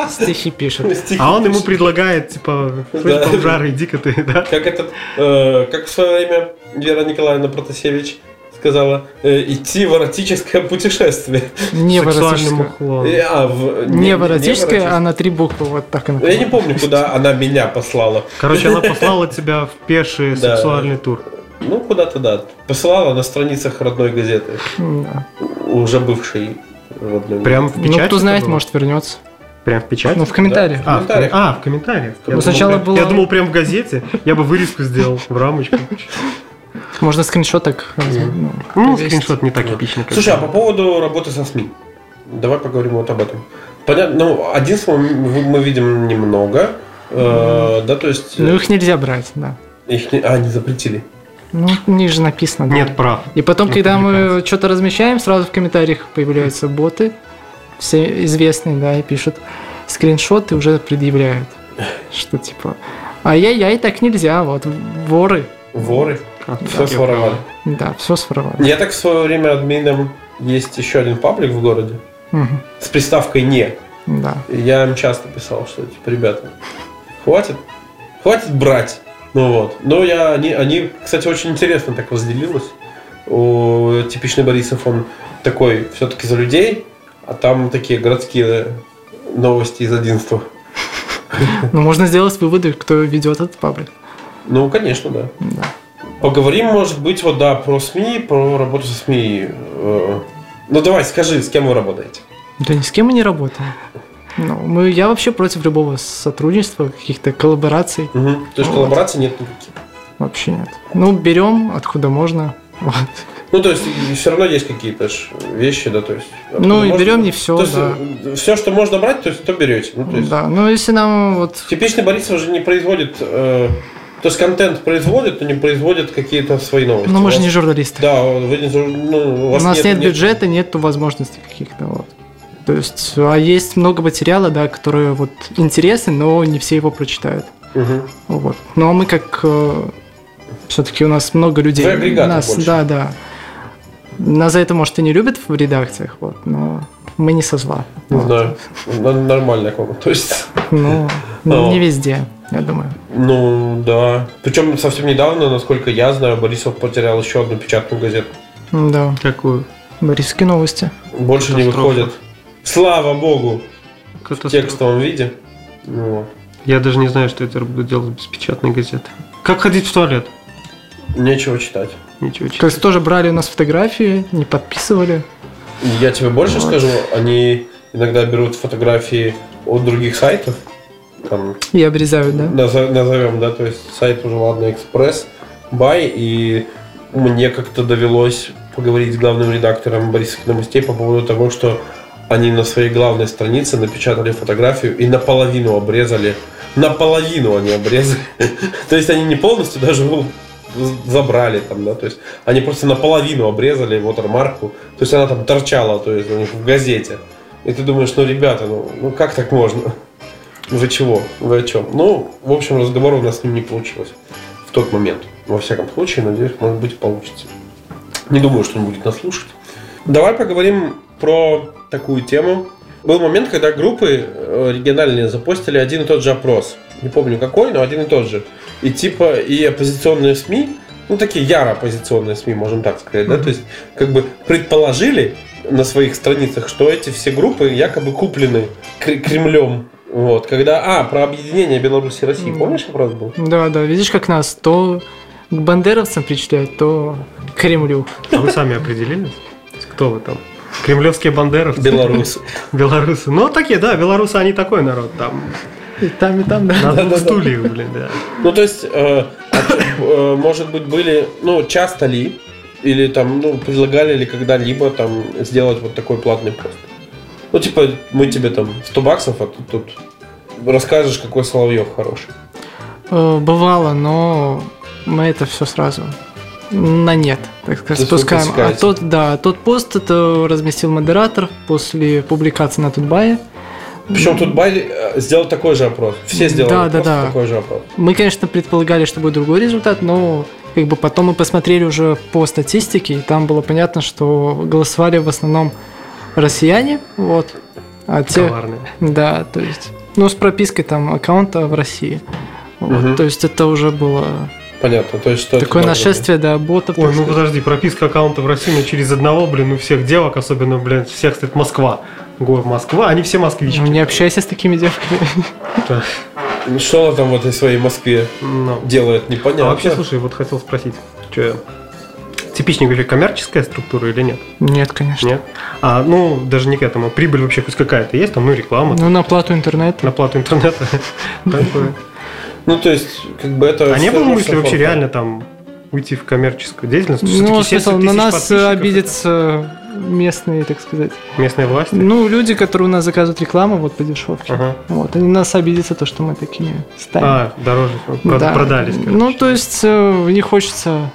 стихи пишет.
Стих-
А он ему предлагает, типа,
Да.
«Слышь, жары, иди-ка ты, да?
Как этот, э, как в свое время Вера Николаевна Протасевич сказала, э, идти в эротическое путешествие.
Не
С сексуальным
воротическое.
И-
уклоном.
а, в- не-
Не
не в
воротическое, а
эротическое.
на три буквы. Вот так
Ну, а-
она.
Я не помню, куда она меня послала. [laughs]
Короче, она послала тебя в пеший
Да.
сексуальный тур.
Ну, куда-то да. Посылала на страницах родной газеты.
Да.
Уже бывшей родной.
Прям в печати.
Ну, кто
это
знает,
было?
может вернется.
Прям в печати.
Ну, в комментариях.
Да.
А, в ком-
комментариях.
а, в комментариях. Я
Ну,
думал,
сначала
прям-
была-
Я думал, прям в газете. Я бы вырезку сделал в
[laughs]
рамочку.
А, Можно скриншот так. ну,
Ну,
повесить.
скриншот не так эпично. как-
Слушай, а по поводу работы со СМИ. Давай поговорим вот об этом. Понятно, ну, агентства мы мы видим немного. э, да, то есть
Ну, их нельзя брать, да.
их не- а, они запретили.
Ну, ниже написано. да.
Нет прав.
И потом,
Ну,
когда мы что-то размещаем, сразу в комментариях появляются боты, все известные, да, и пишут скриншоты, уже
[laughs]
предъявляют. Что типа, ай-яй-яй, так нельзя, вот, воры.
Воры. Все
Так, я
своровали.
Да, все своровали.
Я так в свое время админом есть еще один паблик в городе
Мгм,
с приставкой «не».
Да.
И Я им часто писал, что типа, ребята, хватит, хватит брать. Ну вот. Но я, они, они, кстати, очень интересно так разделилось. О, типичный Борисов, он такой все-таки за людей, а там такие городские новости из 11
Ну, можно сделать выводы, кто ведет этот паблик.
Ну, конечно, да.
Да.
Поговорим, может быть, вот да, про СМИ, про работу со СМИ. Э, Ну давай, скажи, с кем вы работаете?
Да ни с кем мы не работаем. Ну, мы, я вообще против любого сотрудничества, каких-то коллабораций
Мгм. То есть
Вот.
коллабораций нет никаких.
вообще нет. Ну, берем, откуда можно. Вот.
Ну, то есть, все равно есть какие-то ж вещи, да, то есть. А
Ну, и
можно-
берем не все,
То есть,
да.
все, что можно брать, то есть, то берете. Ну, то есть,
Да, ну если нам вот
Типичный Борисов же не производит, э, то есть, контент производит, но не производит какие-то свои новости.
Ну, мы же
У
не
вас-
журналисты.
Да, вы не жур- ну, у,
у
вас
нас нет, бюджета, нету возможностей каких-то. Вот. То есть, а есть много материала, да, которые вот интересны, но не все его прочитают.
Мгм.
Вот. Ну, а мы как... все-таки у нас много людей.
Вы агрегатор
нас,
больше.
Да, да. Нас за это, может, и не любят в редакциях, вот, но мы не со зла.
Не
Вот.
знаю. Н- Нормально кому. То есть, [laughs]
Ну,
Ну.
не везде, я думаю.
ну, да. Причем совсем недавно, насколько я знаю, Борисов потерял еще одну печатную газету.
Ну Да.
Какую?
Борисовские новости.
Больше не
Катастрофа.
выходит. Слава богу, в
Катастрофа.
текстовом виде. Ну, вот.
Я даже не знаю, что я теперь буду делать без печатной газеты. Как ходить в туалет?
Нечего читать.
Ничего
То
читать.
есть тоже брали у нас фотографии, не подписывали.
Я тебе больше
Вот.
скажу, они иногда берут фотографии от других сайтов, там,
И обрезают, да?
назо- назовем, да, то есть сайт уже, ладно, Экспресс, Бай, и мне как-то довелось поговорить с главным редактором Борисовых новостей по поводу того, что они на своей главной странице напечатали фотографию и наполовину обрезали. Наполовину они обрезали. [laughs] То есть они не полностью даже ну, забрали там, да, то есть они просто наполовину обрезали вотермарку, то есть она там торчала, то есть у них в газете. И ты думаешь, ну, ребята, ну, ну как так можно? Вы чего? Вы о чем? Ну, в общем, разговор у нас с ним не получилось в тот момент. Во всяком случае, надеюсь, может быть, получится. Не думаю, что он будет нас слушать. Давай поговорим про такую тему. Был момент, когда группы э, региональные запостили один и тот же опрос. Не помню какой, но один и тот же. И типа, и оппозиционные СМИ, ну такие яро оппозиционные СМИ, можем так сказать, да, то есть как бы предположили на своих страницах, что эти все группы якобы куплены Кр- Кремлем. Вот, когда, а, про объединение Беларуси и России,
Мгм.
помнишь вопрос был?
Да, да, видишь, как нас то к бандеровцам причисляют, то к Кремлю.
А вы сами определились? Кто вы там? Кремлевские бандеровцы?
Беларусы.
Белорусы. Ну, такие, да, белорусы, они такой народ там.
И там, и там, да.
На двух стульях, блин, да.
Ну, то есть, э, э, может быть, были, ну, часто ли, или там, ну, предлагали ли когда-либо там сделать вот такой платный пост. Ну, типа, мы тебе там 100 баксов, а ты тут расскажешь, какой Соловьев хороший.
Э, Бывало, но мы это все сразу на нет, так
То
сказать,
есть вы
спускаем. А
пресекаете?
тот, да, тот пост это разместил модератор после публикации на Тутбае.
Причем тут Байль э, сделал такой же опрос. Все сделали
Да, да,
просто
да.
такой же опрос.
Мы, конечно, предполагали, что будет другой результат, но как бы потом мы посмотрели уже по статистике, и там было понятно, что голосовали в основном россияне, вот, а те,
Коварные.
да, то есть, ну, с пропиской там аккаунта в России. Вот,
Мгм.
То есть это уже было
Понятно. То есть, что это
такое
было?
нашествие, да, ботов.
Ой,
так
ну
сказать.
подожди, прописка аккаунта в России, ну через одного, блин, у всех девок, особенно, блин, всех стоит Москва. Гор Москва, они все москвички.
Ну, Не общайся с такими девками.
Да.
Ну, Что она там в этой своей Москве
Ну.
делает,
А
непонятно.
вообще, слушай, вот хотел спросить, что я... Типичнее говорю, коммерческая структура или нет?
Нет, конечно.
Нет? А, ну, даже не к этому. Прибыль вообще хоть какая-то есть, там, ну, реклама,
Ну, на плату интернета.
на плату
[laughs]
интернета. Такое.
Ну, то есть, как бы это...
А не
всё
было
же
мысли вообще
сафорка.
реально там уйти в коммерческую деятельность?
Ну,
Всё-таки 70
смысл, на
тысяч
нас
подписчиков
э, обидятся местные, так сказать.
это Местные власти?
Ну, люди, которые у нас заказывают рекламу вот по дешевке.
Ага.
Вот, они на нас обидятся, то, что мы такие стали.
А, дороже. Прод-
Да.
Продались. короче.
Ну, то есть, э, не хочется,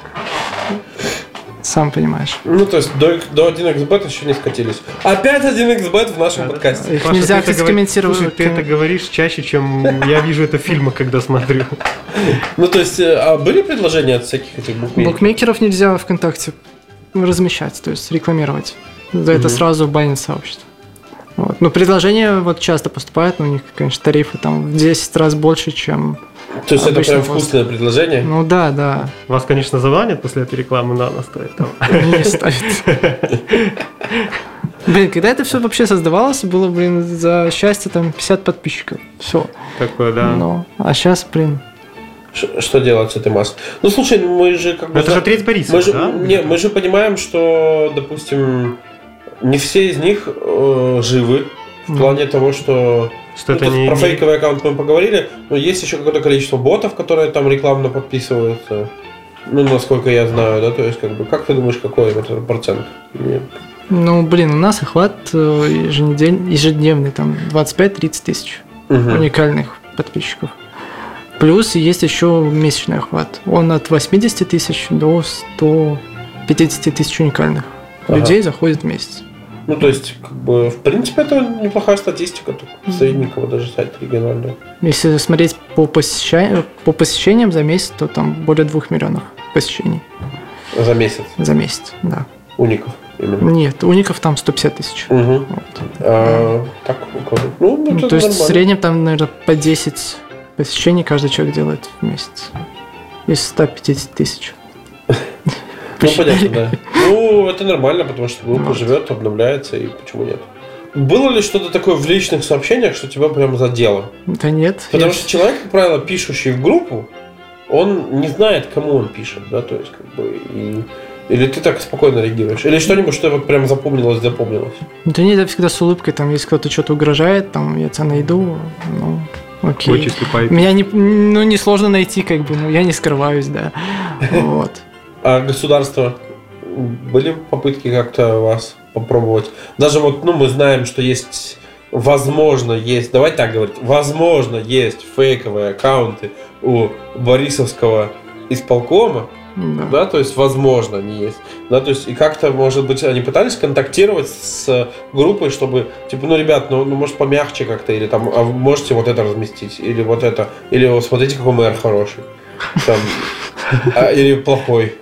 сам понимаешь.
Ну, то есть до, до 1xbet еще не скатились. Опять 1xbet в нашем подкасте.
Их
Паша, ты
нельзя,
это
кстати,
говори-
комментировать.
Слушай, ты это говоришь чаще, чем я вижу это в фильмах, когда смотрю.
Ну, то есть, э, а были предложения от всяких этих букмекеров?
Букмекеров нельзя ВКонтакте размещать, то есть рекламировать. За это сразу банит сообщество. Вот. Но предложения вот часто поступают, но у них, конечно, тарифы там в 10 раз больше, чем...
То есть, это
Обычно
прям
просто.
вкусное предложение?
Ну да, да,
Вас, конечно, завалят после этой рекламы, на нас стоит там.
они не ставят. Блин, когда это все вообще создавалось, было, блин, за счастье там 50 подписчиков. Все.
Такое, да.
Ну, а сейчас, блин,
Ш- Что делать с этой массой? Ну, слушай, мы же как бы...
Ну, Это же
за-
треть Бориса,
мы же,
да?
не, мы же понимаем, что, допустим, не все из них э, живы. В
Мгм.
плане того, что...
Что
ну,
это
тут
не...
про
не-
фейковый аккаунт мы поговорили, но есть еще какое-то количество ботов, которые там рекламно подписываются. Ну, насколько я знаю, да, то есть, как бы, как ты думаешь, какой это процент? Мне
ну, блин, у нас охват э, еженедель- ежедневный, там, 25-30 тысяч.
Мгм.
уникальных подписчиков. Плюс есть еще месячный охват. Он от 80 тысяч до 150 тысяч уникальных
Ага.
людей заходит в месяц.
Ну, то есть, как бы, в принципе, это неплохая статистика тут средненького даже сайта регионального.
Если смотреть по, посеща- по посещениям за месяц, то там более 2 миллионов посещений
За месяц.
за месяц. Да.
Уников именно.
Нет, уников там 150 тысяч.
Угу.
Вот.
А, так, указывают. ну, это
Ну, то есть в
нормально.
среднем там, наверное, по 10 посещений каждый человек делает в месяц. Из 150 тысяч.
Ну, понятно, да. Ну, это нормально, потому что группа
Вот.
живет, обновляется, и почему нет? Было ли что-то такое в личных сообщениях, что тебя прям задело?
Да нет.
Потому
я-
что человек, как правило, пишущий в группу, он не знает, кому он пишет, да, то есть, как бы, и- Или ты так спокойно реагируешь? Или что-нибудь, что вот прям запомнилось, запомнилось?
Да нет, я всегда с улыбкой, там, если кто-то что-то угрожает, там, я тебя найду, ну, окей.
Вычисли по IP.
Меня не, ну, несложно найти, как бы, ну, я не скрываюсь,
[laughs]
да. Вот.
А государство были попытки как-то вас попробовать? Даже вот, ну, мы знаем, что есть, возможно, есть, давайте так говорить, возможно, есть фейковые аккаунты у Борисовского исполкома,
Да.
да, то есть, возможно, они есть, да, то есть, и как-то, может быть, они пытались контактировать с группой, чтобы, типа, ну, ребят, ну, ну, может, помягче как-то, или там, а вы можете вот это разместить, или вот это, или вот смотрите, какой мэр хороший, там, а, или плохой.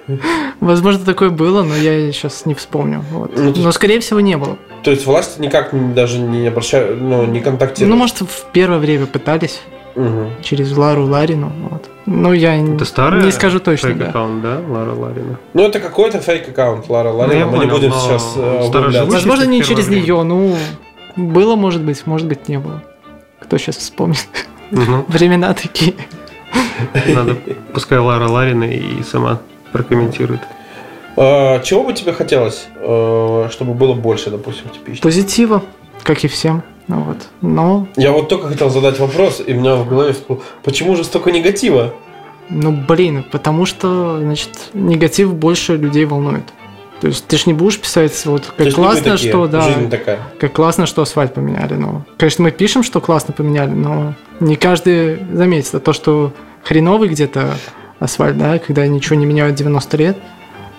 Возможно, такое было, но я сейчас не вспомню. вот.
Ну, то-
Но, скорее всего, не было.
То есть власти никак не- даже не обращают, ну, не контактируют.
Ну, может, в первое время пытались.
Мгм.
через Лару Ларину. Вот. Ну, я н-
Это старая?
не скажу точно, да.
аккаунт, да, Лара Ларина?
Ну, это какой-то фейк-аккаунт Лара Ларина.
Ну, я
Мы не
понял,
будем
но
сейчас э,
старожил.
углубляться.
Вышли
Возможно,
в
не
первое
через
время.
нее, ну, было, может быть, может быть, не было. Кто сейчас вспомнит? [laughs]
Ну,
Времена такие.
надо, пускай Лара Ларина и сама прокомментирует.
Э, Чего бы тебе хотелось, э, чтобы было больше, допустим, типично?
Позитива, как и всем. Ну вот. Но,
Я вот только хотел задать вопрос, и у меня в голове всплыл, почему же столько негатива?
ну блин, потому что, значит, негатив больше людей волнует. То есть ты ж не будешь писать вот
То
как
есть не мы
классно,
такие,
что да,
Жизнь такая.
как классно, что асфальт поменяли. Ну, конечно, мы пишем, что классно поменяли, но не каждый заметит. А то, что хреновый где-то асфальт, да, когда ничего не меняют 90 лет,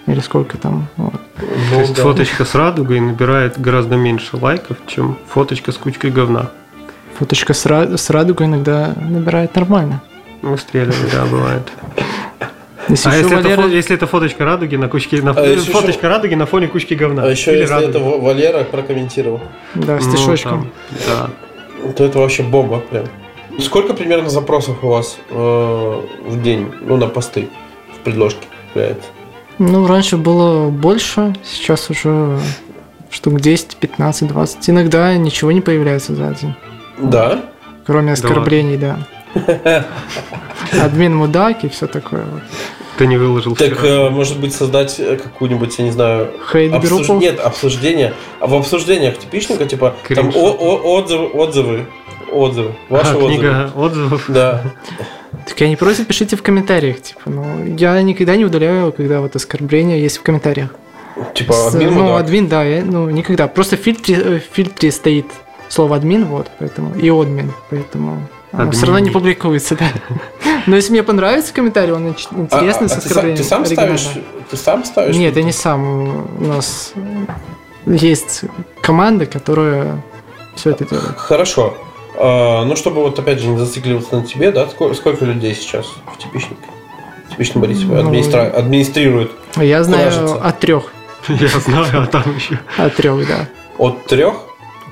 или сколько там. вот.
То
Ну,
есть
да.
фоточка с радугой набирает гораздо меньше лайков, чем фоточка с кучкой говна.
Фоточка с, ра- с радугой иногда набирает нормально.
Мы стреляли, да, бывает.
Если
а
еще
если, это,
Валера-
фо- если это фоточка радуги на кучке, на,
А если
фоточка
еще-
радуги на фоне кучки говна.
А еще
Или
если
радуги.
это Ва- Валера прокомментировал,
Да, А с
Ну,
стишочком.
там, да.
то это вообще бомба прям. Сколько примерно запросов у вас э, в день, ну, на посты, в предложке появляется?
Ну, раньше было больше, сейчас уже штук 10, 15, 20. Иногда ничего не появляется за день,
Да?
кроме
Да
оскорблений, да. Админ мудак и все такое. вот.
Ты не выложил
Так,
вчера.
э, может быть, создать э, какую-нибудь, я не знаю, Обсуж-
Хейт-группу.
Нет, обсуждение. А в обсуждениях типичненько, типа,
Кринж.
там о- о- отзывы, отзывы, отзывы, ваши
А,
отзывы.
книга отзывов. [laughs]
Да.
Так я не просто пишите в комментариях, типа, ну, я никогда не удаляю, когда вот оскорбления есть в комментариях.
Типа,
С-
админ
ну,
мудак.
админ, да, я- ну, никогда. Просто в фильтре, э, в фильтре стоит слово админ, вот, поэтому, и админ, поэтому оно все равно не
Админ.
публикуется, да. Но если мне понравится комментарий, он инч-
А-
интересный,
а
с
ты, сам,
оскорблением.
ты сам
оригинально.
ставишь? э, Ты сам ставишь?
Нет, я не сам. У нас есть команда, которая все это делает.
Хорошо. А, ну, чтобы вот опять же не зацикливаться на тебе, да, сколько, сколько людей сейчас в типичнике? Типично Борисовой
Ну,
администра- администрирует
Я знаю
Куражится.
от трех.
Я знаю, а там еще.
От трех, да.
от трех.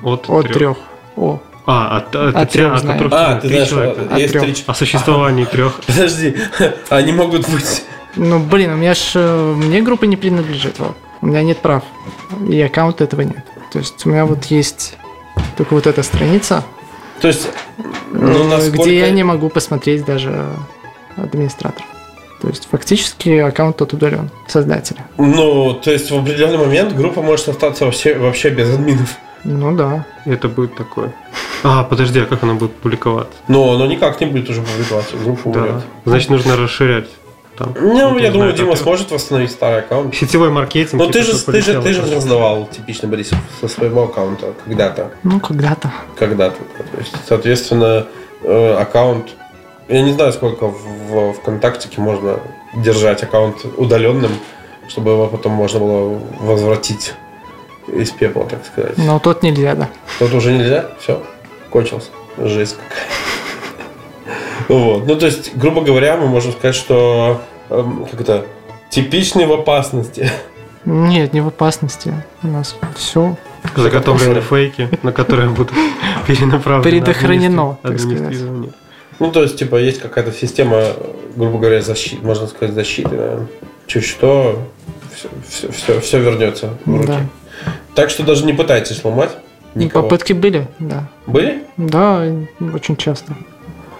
От,
От
трёх.
трех. О.
А, от, от,
От
тря-
трёх
от
знаю.
которых
А, ты
три
знаешь,
человека.
От
есть
трех.
три
О
ч-
существовании трех.
Подожди, [laughs] они могут быть.
Ну, блин, у меня ж... э, Мне группа не принадлежит. вот. У меня нет прав. И аккаунта этого нет. То есть у меня вот есть только вот эта страница,
То есть,
э,
ну, насколько...
где я не могу посмотреть даже администратор. То есть фактически аккаунт тот удален, создателя.
Ну, то есть в определенный момент группа может остаться вообще, вообще без админов.
Ну да.
Это будет такое. А, подожди, а как она будет публиковаться?
Но оно никак не будет уже публиковаться, группа
Да.
умрет.
Значит, нужно расширять. Там,
Ну,
Вот
я думаю,
не знаю,
Дима
как-то.
сможет восстановить старый аккаунт.
Сетевой маркетинг.
Ну
типа,
ты же,
что
ты же,
полетело
ты же
там.
раздавал типично Борисов со своего аккаунта когда-то,
Ну, когда-то.
когда-то. То есть, соответственно, э, аккаунт. Я не знаю, сколько в, в ВКонтактике можно держать аккаунт удаленным, чтобы его потом можно было возвратить из пепла, так сказать.
Но тот нельзя, да.
Тут уже нельзя, все, кончился. Жесть какая. Вот. Ну, то есть, грубо говоря, мы можем сказать, что эм, как это типичный в опасности.
Нет, не в опасности. У нас все.
Заготовлены фейки, на которые
[laughs]
будут перенаправлены.
Предохранено,
администри-
так сказать.
администрирование.
Ну, то есть, типа, есть какая-то система, грубо говоря, защиты, можно сказать, защиты, наверное. Чуть что, все, все, вернется в руки.
Да.
Так что даже не пытайтесь ломать Ну, никого.
Попытки были, да.
Были?
Да, очень часто.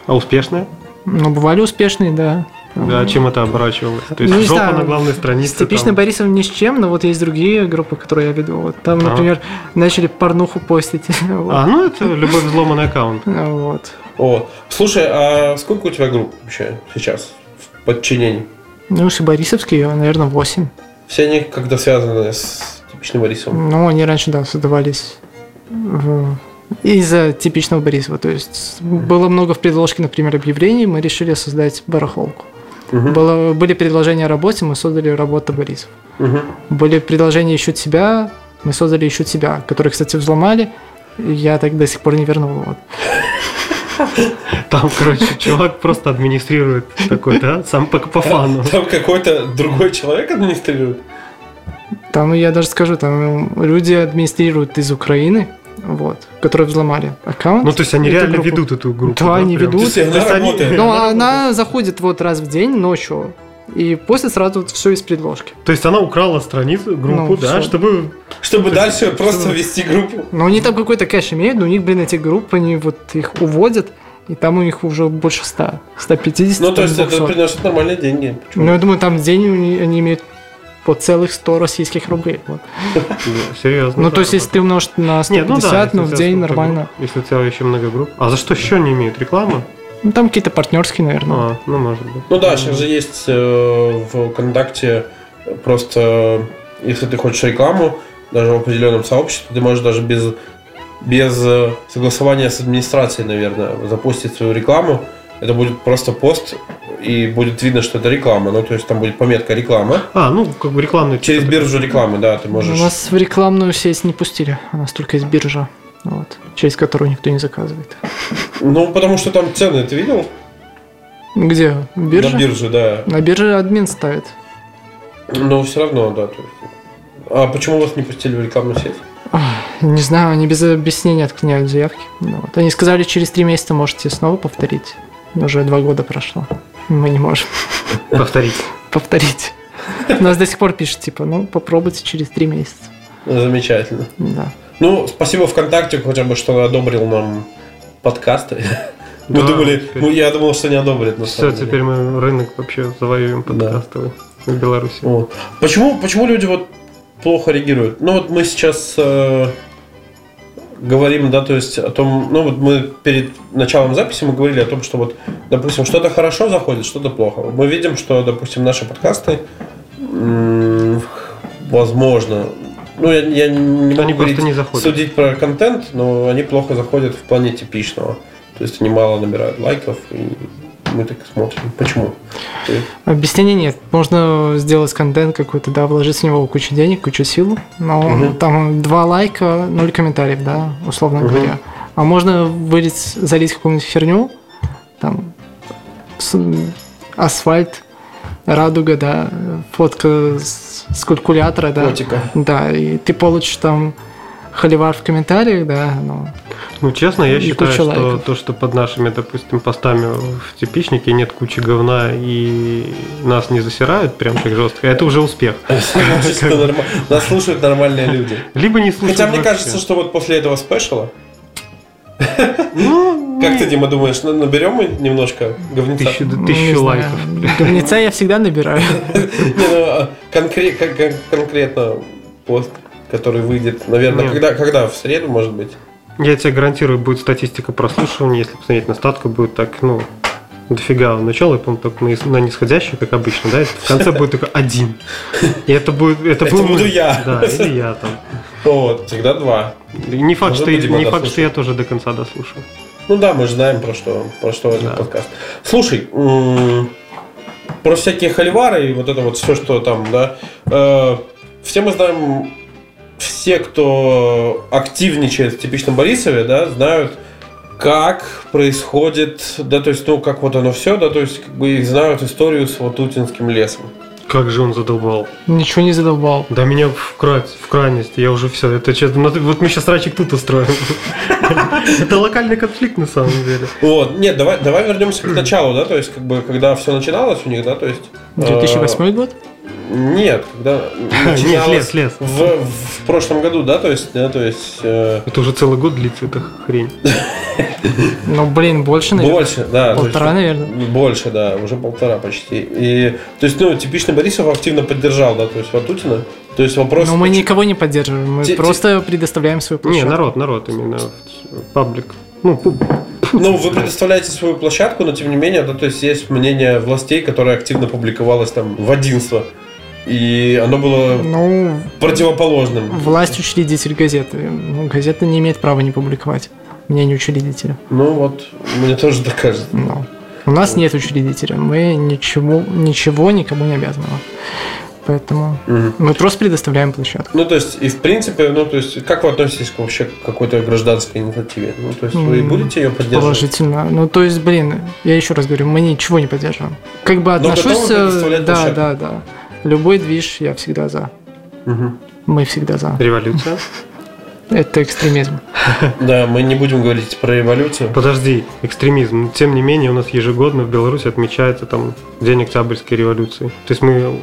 А успешное?
Но бывали успешные, да.
Да, чем это оборачивалось? То есть
Ну, не
жопа
знаю.
на главной
С
странице. там.
типичным Борисом ни с чем, но вот есть другие группы, которые я веду. Вот там,
Ага.
например, начали порнуху постить. [laughs] Вот.
А, ну это любой взломанный аккаунт.
Вот.
Вот. Слушай, а сколько у тебя групп вообще сейчас в подчинении?
Ну, если Борисовские, наверное, 8.
Все они когда связаны с типичным Борисовым?
Ну, они раньше, да, создавались в- из-за типичного Борисова. То есть было много в предложке, например, объявлений, мы решили создать барахолку.
Мгм.
Было, были предложения о работе, мы создали работу Борисов.
Мгм.
Были предложения «Ищу тебя», мы создали «Ищу тебя», которые, кстати, взломали. Я так до сих пор не вернул. Вот.
Там, короче, чувак просто администрирует такой, да? Сам по, по фану.
Там какой-то другой человек администрирует.
Там, я даже скажу, там люди администрируют из Украины, вот, которые взломали аккаунт.
Ну, то есть они
эту
реально
группу.
ведут эту группу.
Да, они
прям?
ведут. а
То есть она
То есть они-
работает.
Но Ну, она заходит вот раз в день ночью, и после сразу вот все из предложки.
То есть она украла страницу, группу,
Ну,
да,
всё.
чтобы...
Чтобы дальше просто вести группу.
Но они там какой-то кэш имеют, но у них, блин, эти группы, они вот их уводят, и там у них уже больше 100, 150,
Ну, то
там
есть это
200.
приносит нормальные деньги. Почему?
Ну, я думаю, там в день у них- они имеют по целых 100 российских рублей. вот.
Серьезно.
Ну, то есть, если ты умножишь на
Нет, ну
150,
да, если
ну, в
у тебя столько
день нормально.
групп, Если у тебя еще много групп. А за что еще не имеют? Реклама?
Ну, там какие-то партнерские, наверное.
А, ну, может быть.
Ну да, сейчас же есть э, в ВКонтакте просто, э, если ты хочешь рекламу, даже в определенном сообществе, ты можешь даже без, без э, согласования с администрацией, наверное, запустить свою рекламу. Это будет просто пост, и будет видно, что это реклама. Ну, то есть там будет пометка реклама.
А, ну, как бы рекламный...
Через биржу рекламы, да, ты можешь.
У нас в рекламную сеть не пустили, у нас только из биржа, вот, через которую никто не заказывает.
Ну, потому что там цены, ты видел?
Где? Биржа?
На бирже, да.
На бирже админ ставит.
Но все равно, да. то есть. А почему вас не пустили в рекламную сеть?
Не знаю, они без объяснения отклоняют заявки. Ну вот. Они сказали, через три месяца можете снова повторить. Уже два года прошло. Мы не можем [laughs]
Повторить.
повторить. У Нас до сих пор пишут, типа, ну, попробуйте через три месяца.
Замечательно.
Да.
Ну, спасибо ВКонтакте хотя бы, что одобрил нам подкасты. [laughs] Мы
Да,
думали,
А, теперь-
мы- я думал, что не одобрит. на
Все,
самом деле.
теперь мы рынок вообще завоюем подкастовый в Беларуси.
Вот. Почему, почему люди вот плохо реагируют? Ну вот мы сейчас э, говорим, да, то есть о том, ну вот мы перед началом записи мы говорили о том, что вот, допустим, что-то хорошо заходит, что-то плохо. Мы видим, что, допустим, наши подкасты, м, возможно, ну я, я не могу
Они просто
говорить-
не заходят.
судить про контент, но они плохо заходят в плане типичного. То есть они мало набирают лайков, и мы так смотрим. Почему? Ты-
Объяснений нет. Можно сделать контент какой-то, да, вложить в него кучу денег, кучу сил, но там два лайка, ноль комментариев, да, условно
Мгм.
говоря. А можно вылить, залить какую-нибудь херню, там, с- асфальт, радуга, да, фотка с, с калькулятора, да.
Котика.
Да, и ты получишь там холивар в комментариях, да, ну,
Ну, честно, я
И
считаю,
куча
что
лайков.
то, что под нашими, допустим, постами в типичнике нет кучи говна и нас не засирают прям так жестко, это уже успех.
Значит, всё норма- Нас слушают нормальные люди.
Либо не слушают
Хотя мне
вообще.
кажется, что вот после этого спешала,
Ну,
как ты, Дима, думаешь, на- наберем мы немножко говнеца?
тысячу,
ну, не
тысячу
знаю.
лайков.
Говнеца я всегда набираю. [laughs]
Не, ну, а, конкре- кон- кон- конкретно пост, который выйдет, наверное,
Нет.
когда, когда в среду, может быть.
Я тебе гарантирую, будет статистика прослушивания, если посмотреть на статку, будет так, ну, дофига. Начало, я помню, только на, ис- на нисходящую, как обычно, да, и в конце будет только один. И это будет... Это,
Это
был
буду
мы.
я.
Да, или я там.
Вот, всегда два.
Не факт,
Ну,
что,
зато
и-
Дима
не факт что
дослушал.
я тоже до конца дослушал.
Ну да, мы же знаем, про что, про что этот
Да.
подкаст. Слушай, м, про всякие холивары и вот это вот все, что там, да. Э, все мы знаем, все, кто активничает в типичном Борисове, да, знают, как происходит, да, то есть, ну, как вот оно все, да, то есть, как бы их знают историю с Ватутинским лесом.
Как же он задолбал.
Ничего не задолбал.
Да меня в, крайность, в крайность, я уже все. Это честно, ну, вот мы сейчас рачик тут устроим. [laughs] Это локальный конфликт на самом деле.
Вот, нет, давай, давай вернемся к началу, да, то есть, как бы, когда все начиналось у них, да, то есть... э,
2008 год?
Нет, когда
[laughs]
начиналось
лес, лес.
В, в прошлом году, да, то есть, да, то есть э,
Это уже целый год длится эта хрень.
Ну, блин, больше, наверное.
больше, да, то есть,
Полтора, наверное.
больше, да, уже полтора почти. И то есть, ну, типично Борисов активно поддержал, да, то есть Ватутина. То есть вопрос.
Но Ну, мы никого не поддерживаем, мы
Те- те-
просто предоставляем свою
Не,
площадку.
народ, народ именно. Паблик. Ну, пу-
Ну, вы предоставляете свою площадку, но тем не менее, да, то есть есть мнение властей, которое активно публиковалось там в одинство. И оно было
Ну,
противоположным.
власть учредитель газеты. Ну, газета не имеет права не публиковать мнение учредителя.
Ну вот, мне тоже так кажется.
Но. У нас нет учредителя, мы ничего, ничего никому не обязаны. Поэтому
Мгм.
мы просто предоставляем площадку.
Ну, то есть, и в принципе, ну, то есть, как вы относитесь к вообще к какой-то гражданской инициативе? Ну, то есть, вы
М,
будете ее поддерживать?
Положительно. Ну, то есть, блин, я еще раз говорю, мы ничего не поддерживаем. Как бы
Но
отношусь...
готовы
э,
предоставлять
Да,
площадку?
да, да. Любой движ я всегда за.
Мгм.
Мы всегда за.
революция.
Это экстремизм.
Да, мы не будем говорить про революцию.
Подожди, экстремизм. Но, Тем не менее, у нас ежегодно в Беларуси отмечается там День Октябрьской революции. То есть мы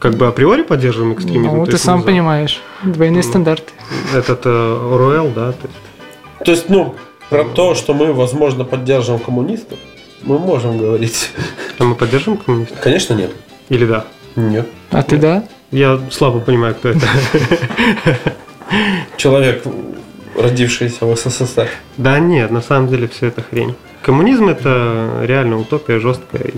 как бы априори поддерживаем экстремизм.
Ну,
то
ты
есть
сам
мы за-
понимаешь. Двойные стандарты.
Этот э, ОРЛ, да? то есть.
То есть, ну, про то, что мы, возможно, поддержим коммунистов, мы можем говорить.
А мы поддержим коммунистов?
Конечно, нет.
Или да?
Нет.
А ты да?
Я слабо понимаю, кто
[laughs]
это.
Человек, родившийся в СССР.
Да нет, на самом деле все это хрень. Коммунизм это реально утопия жесткая. и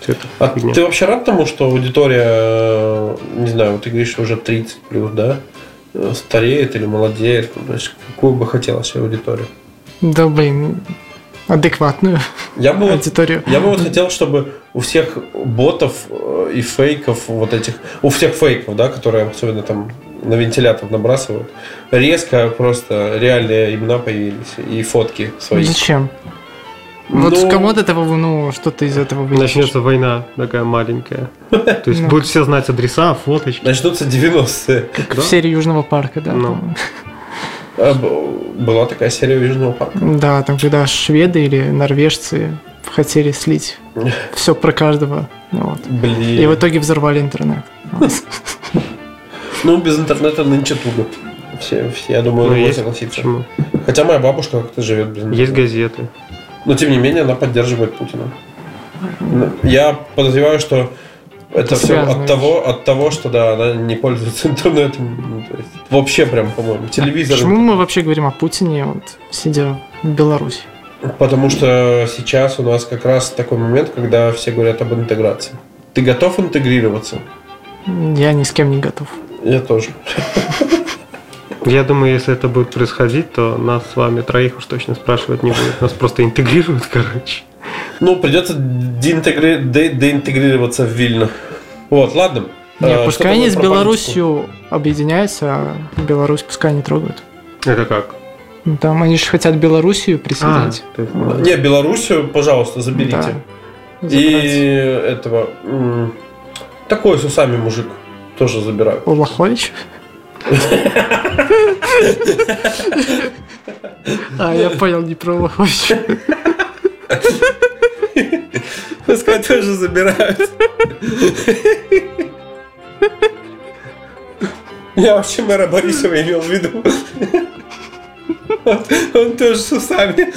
всё это
А
фигня.
ты вообще рад тому, что аудитория, э, не знаю, вот ты говоришь, уже 30 плюс, да? э, Стареет или молодеет? Ну, то есть, какую бы хотела себе аудиторию?
Да блин, адекватную
Я бы вот
аудиторию.
Ну, Я бы вот хотел, чтобы у всех ботов э, и фейков вот этих, у всех фейков, да, которые особенно там на вентилятор набрасывают, резко просто реальные имена появились и фотки свои.
Зачем? Вот
Ну,
кому от этого, ну, что-то из этого вынесешь?
Начнется война такая маленькая. То есть
Ну.
будут все знать адреса, фоточки.
Начнутся 90-е.
Как
да?
в серии Южного парка, да.
Ну.
по-моему.
А, б- Была такая серия Южного парка.
[laughs] Да, там когда шведы или норвежцы хотели слить все про каждого. ну вот.
Блин.
И в итоге взорвали интернет.
Ну, без интернета нынче туго. Все, все, я думаю,
Ну,
могут
есть.
согласиться.
Почему?
Хотя моя бабушка как-то живет без интернета.
Есть газеты.
Но тем не менее она поддерживает Путина. Ну, Я подозреваю, что это
Это
все
связано,
от того, от того, что да, она не пользуется [laughs] интернетом. Ну, то есть вообще прям, по-моему, телевизор.
Почему мы вообще говорим о Путине, вот, сидя в Беларуси?
Потому что сейчас у нас как раз такой момент, когда все говорят об интеграции. Ты готов интегрироваться?
Я ни с кем не готов.
Я тоже.
Я думаю, если это будет происходить, то нас с вами троих уж точно спрашивать не будет. Нас просто интегрируют, [laughs] короче.
Ну, придется деинтегри- де- деинтегрироваться в Вильно. Вот, ладно.
Не,
А, что
пускай они
думаешь
с
про политику?
Беларусью объединяются, а Беларусь пускай не трогают.
Это как?
Ну, Там они же хотят
А,
Белоруссию присоединить.
то есть, ну,
Не, Белоруссию, пожалуйста, заберите.
Да.
И этого м, такой с усами мужик тоже [laughs] забирают.
Лохович? А, я понял, не про Лоховича.
Пускай тоже забирают. Я вообще мэра Борисова имел в виду. Он, он тоже с усами.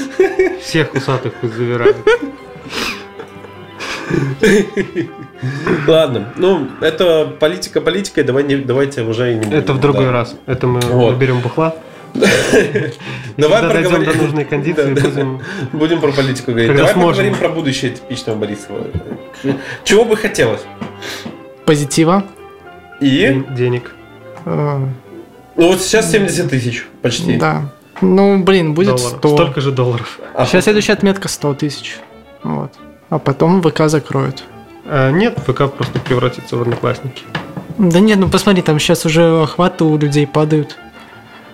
Всех усатых пусть забирают.
Ладно, ну, это политика политикой, давай не, давайте уже и не будем,
Это в другой
да.
раз. Это мы
Вот.
наберем бухла.
[laughs] Давай
Когда дойдем
проговорим.
до нужной кондиции,
Да, да.
будем-
Будем про политику говорить.
Когда
Давай
сможем.
поговорим про будущее типичного Борисова. Чего бы хотелось?
Позитива.
И?
Ден- денег.
э,
Ну вот сейчас 70 тысяч почти.
Да. Ну, блин, будет
долларов.
100.
Столько же долларов.
А
Сейчас следующая отметка 100 тысяч. Вот. А потом ВК закроют.
А, нет, ВК просто превратится в одноклассники.
Да нет, ну посмотри, там сейчас уже охваты у людей падают.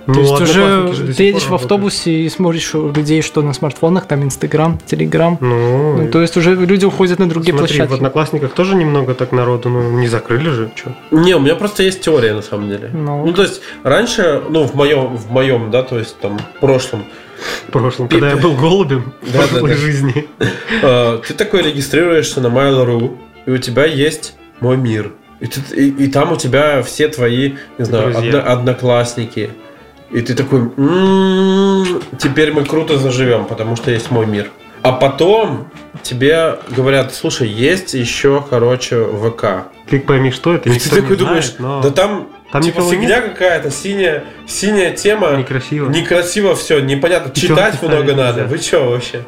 То
Ну,
есть
«Одноклассники» а же до
уже
сих
ты едешь в
пор работают.
автобусе и смотришь у людей, что на смартфонах, там Инстаграм, Телеграм.
Ну,
Ну, то есть уже люди уходят на другие
смотри, в
площадки.
одноклассниках тоже немного так народу, ну, не закрыли же, что?
Не, у меня просто есть теория на самом деле.
Ну.
Ну, то есть, раньше, ну, в моем, в моем, да, то есть там прошлом,
В прошлом, когда я был голубем в
Да, да,
прошлой
да.
жизни.
э, ты такой регистрируешься на Mail.ru, и у тебя есть мой мир. И, ты- и- и там у тебя все твои, не знаю,
Друзья.
одно- одноклассники. И ты такой, «М, теперь мы круто заживем, потому что есть мой мир. А потом тебе говорят, слушай, есть еще, короче, ВК.
Ты пойми, что это,
И
никто
ты такой
не
думаешь,
знает, но
да там,
Там
типа
никого
фигня какая-то, синяя, синяя тема,
некрасиво.
некрасиво все, непонятно,
Пятерки
читать
ставить
много надо,
нельзя.
вы че вообще?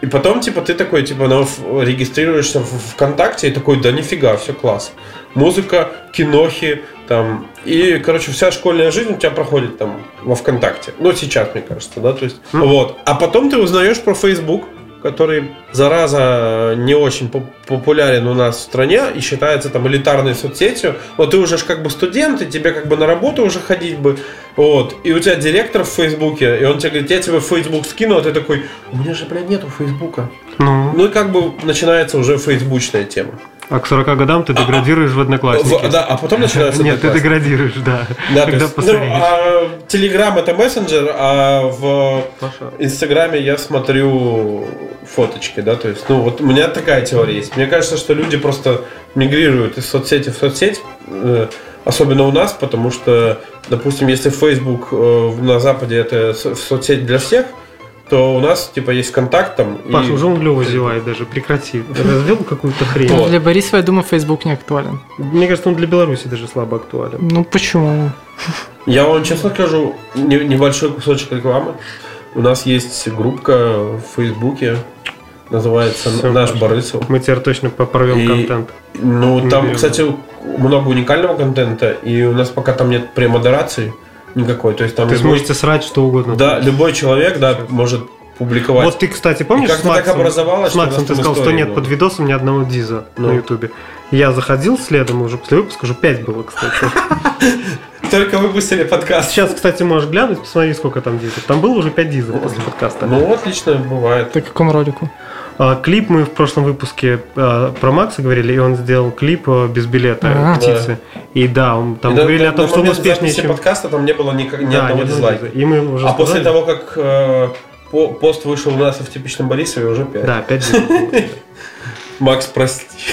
И потом, типа, ты такой, типа, на- в- регистрируешься в ВКонтакте и такой, да нифига, все класс. Музыка, кинохи, там, и, короче, вся школьная жизнь у тебя проходит там во ВКонтакте. Ну, сейчас, мне кажется, да, то есть,
Мгм.
вот. А потом ты узнаешь про Facebook, который, зараза, не очень поп- популярен у нас в стране и считается там элитарной соцсетью. Вот ты уже ж как бы студент, и тебе как бы на работу уже ходить бы, вот. И у тебя директор в Фейсбуке, и он тебе говорит, я тебе Facebook скину, а ты такой, у меня же, бля, нету Фейсбука.
Ну,
Ну и как бы начинается уже фейсбучная тема.
А к 40 годам ты деградируешь
а,
в одноклассники.
В- да, а потом начинается
Нет, ты
одноклассники.
деградируешь, да.
Да, то
Когда
есть, ну,
постареешь.
а, Телеграм это мессенджер, а в
Паша.
Инстаграме я смотрю фоточки, да, то есть, ну вот у меня такая теория есть. Мне кажется, что люди просто мигрируют из соцсети в соцсеть, э, особенно у нас, потому что, допустим, если Facebook э, на Западе это со- соцсеть для всех, то у нас типа есть контакт там. и-
Паша, уже он клево зевает даже, прекрати. Развел какую-то хрень.
Вот.
Для Борисова, я думаю, Facebook не актуален.
Мне кажется, он для Беларуси даже слабо актуален.
Ну почему?
Я вам честно скажу, не- небольшой кусочек рекламы. У нас есть группка в Фейсбуке, называется
Всё,
«Наш
Паша.
Борисов».
Мы теперь точно попорвем
И-
контент.
Ну,
Не
там,
верю.
кстати, много уникального контента, и у нас пока там нет премодерации никакой. То есть там
Ты
любой,
сможете срать что угодно.
да, любой человек да, может публиковать.
Вот ты, кстати, помнишь,
И как-то
с Максом,
так образовалось,
с
что у
Максом
нас
ты
там
сказал, что
истории
нет
было.
под видосом ни одного диза
Ну.
на Ютубе. Я заходил следом уже после выпуска, уже 5
[laughs]
было, кстати.
Только выпустили подкаст.
Сейчас, кстати, можешь глянуть, посмотри, сколько там дизов. Там было уже 5 дизов после подкаста.
Ну, отлично, бывает.
По какому ролику?
А, клип мы в прошлом выпуске а, про Макса говорили, и он сделал клип а, без билета
Ага.
птицы. И да, он, там
И на-
говорили
на
о том, что он
момент
успешнее,
записи
чем...
подкаста там не было ни, ни
Да,
одного
ни
дизлайка.
диза. И мы уже
А после
сказали-
того, как э, по- пост вышел у нас в типичном Борисове, уже 5.
Да, 5 дизов. было.
Макс, прости. [laughs]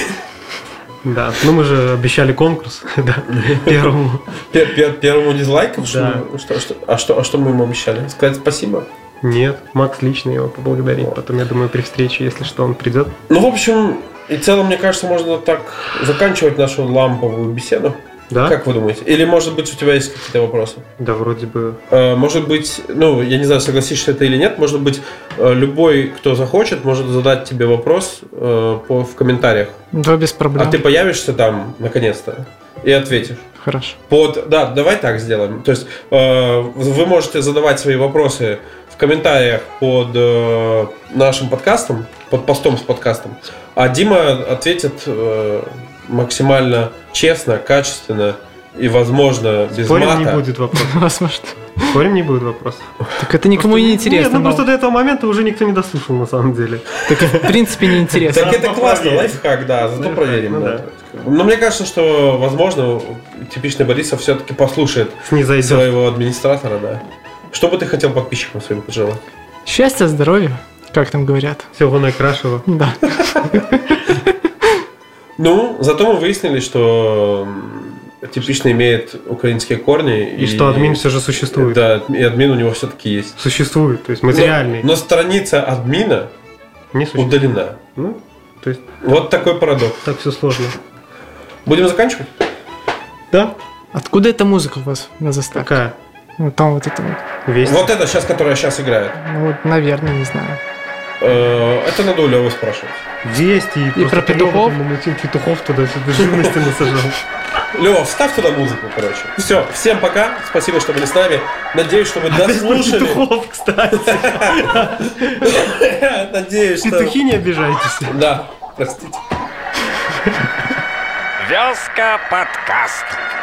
Да, ну мы же обещали конкурс, [laughs] да, первому.
Пер- пер- первому дизлайку? Что-
Да.
что- что- а, что, а что мы ему обещали? Сказать спасибо?
Нет, Макс лично его поблагодарит. Потом, я думаю, при встрече, если что, он придет.
Ну, в общем, и в целом, мне кажется, можно так заканчивать нашу ламповую беседу.
Да?
Как вы думаете? Или, может быть, у тебя есть какие-то вопросы?
Да, вроде бы.
Э, Может быть, ну, я не знаю, согласишься ты или нет, может быть, э, любой, кто захочет, может задать тебе вопрос э, по, в комментариях.
Да, без проблем.
А ты появишься там, наконец-то, и ответишь.
Хорошо. [laughs]
Под, да, давай так сделаем. То есть э, вы можете задавать свои вопросы в комментариях под э, нашим подкастом, под постом с подкастом, а Дима ответит э, максимально честно, качественно и, возможно, без
Спорим,
мата.
не будет вопросов.
Вас может.
Спорим, не будет вопросов.
Так это никому не интересно.
Нет, ну
но-
просто до этого момента уже никто не дослушал, на самом деле.
Так и в принципе не интересно.
Так это
Поправим.
классно, лайфхак, да, зато
Лайфхак,
проверим.
ну
да.
да.
Но мне кажется, что, возможно, типичный Борисов все-таки послушает
Не зайдет.
своего администратора, да. Что бы ты хотел подписчикам своим пожелать?
Счастья, здоровья, как там говорят.
Все, вон Крашева. [laughs]
Да.
Ну, зато мы выяснили, что м, типично имеет украинские корни.
И что админ все же существует.
Да, и админ у него все-таки есть.
Существует, то есть материальный.
Но, но страница админа
Не существует.
удалена.
Ну, то есть
Вот такой парадокс.
так все сложно.
Будем заканчивать?
Да?
Откуда эта музыка у вас на заставке?
Такая
Вот там вот это вот.
весть.
Вот это сейчас, которая сейчас играет.
Ну вот, наверное, не знаю.
Э, Это надо у Лёвы спрашивать.
Весть и,
про петухов?
намутил петухов туда, сюда живности насажал.
Лева, вставь туда музыку, короче. Все, всем пока. Спасибо, что были с нами. Надеюсь, что вы дослушали.
Петухов, кстати.
[laughs] Надеюсь, что...
Петухи не обижайтесь.
Да, простите.
Вязка подкаст.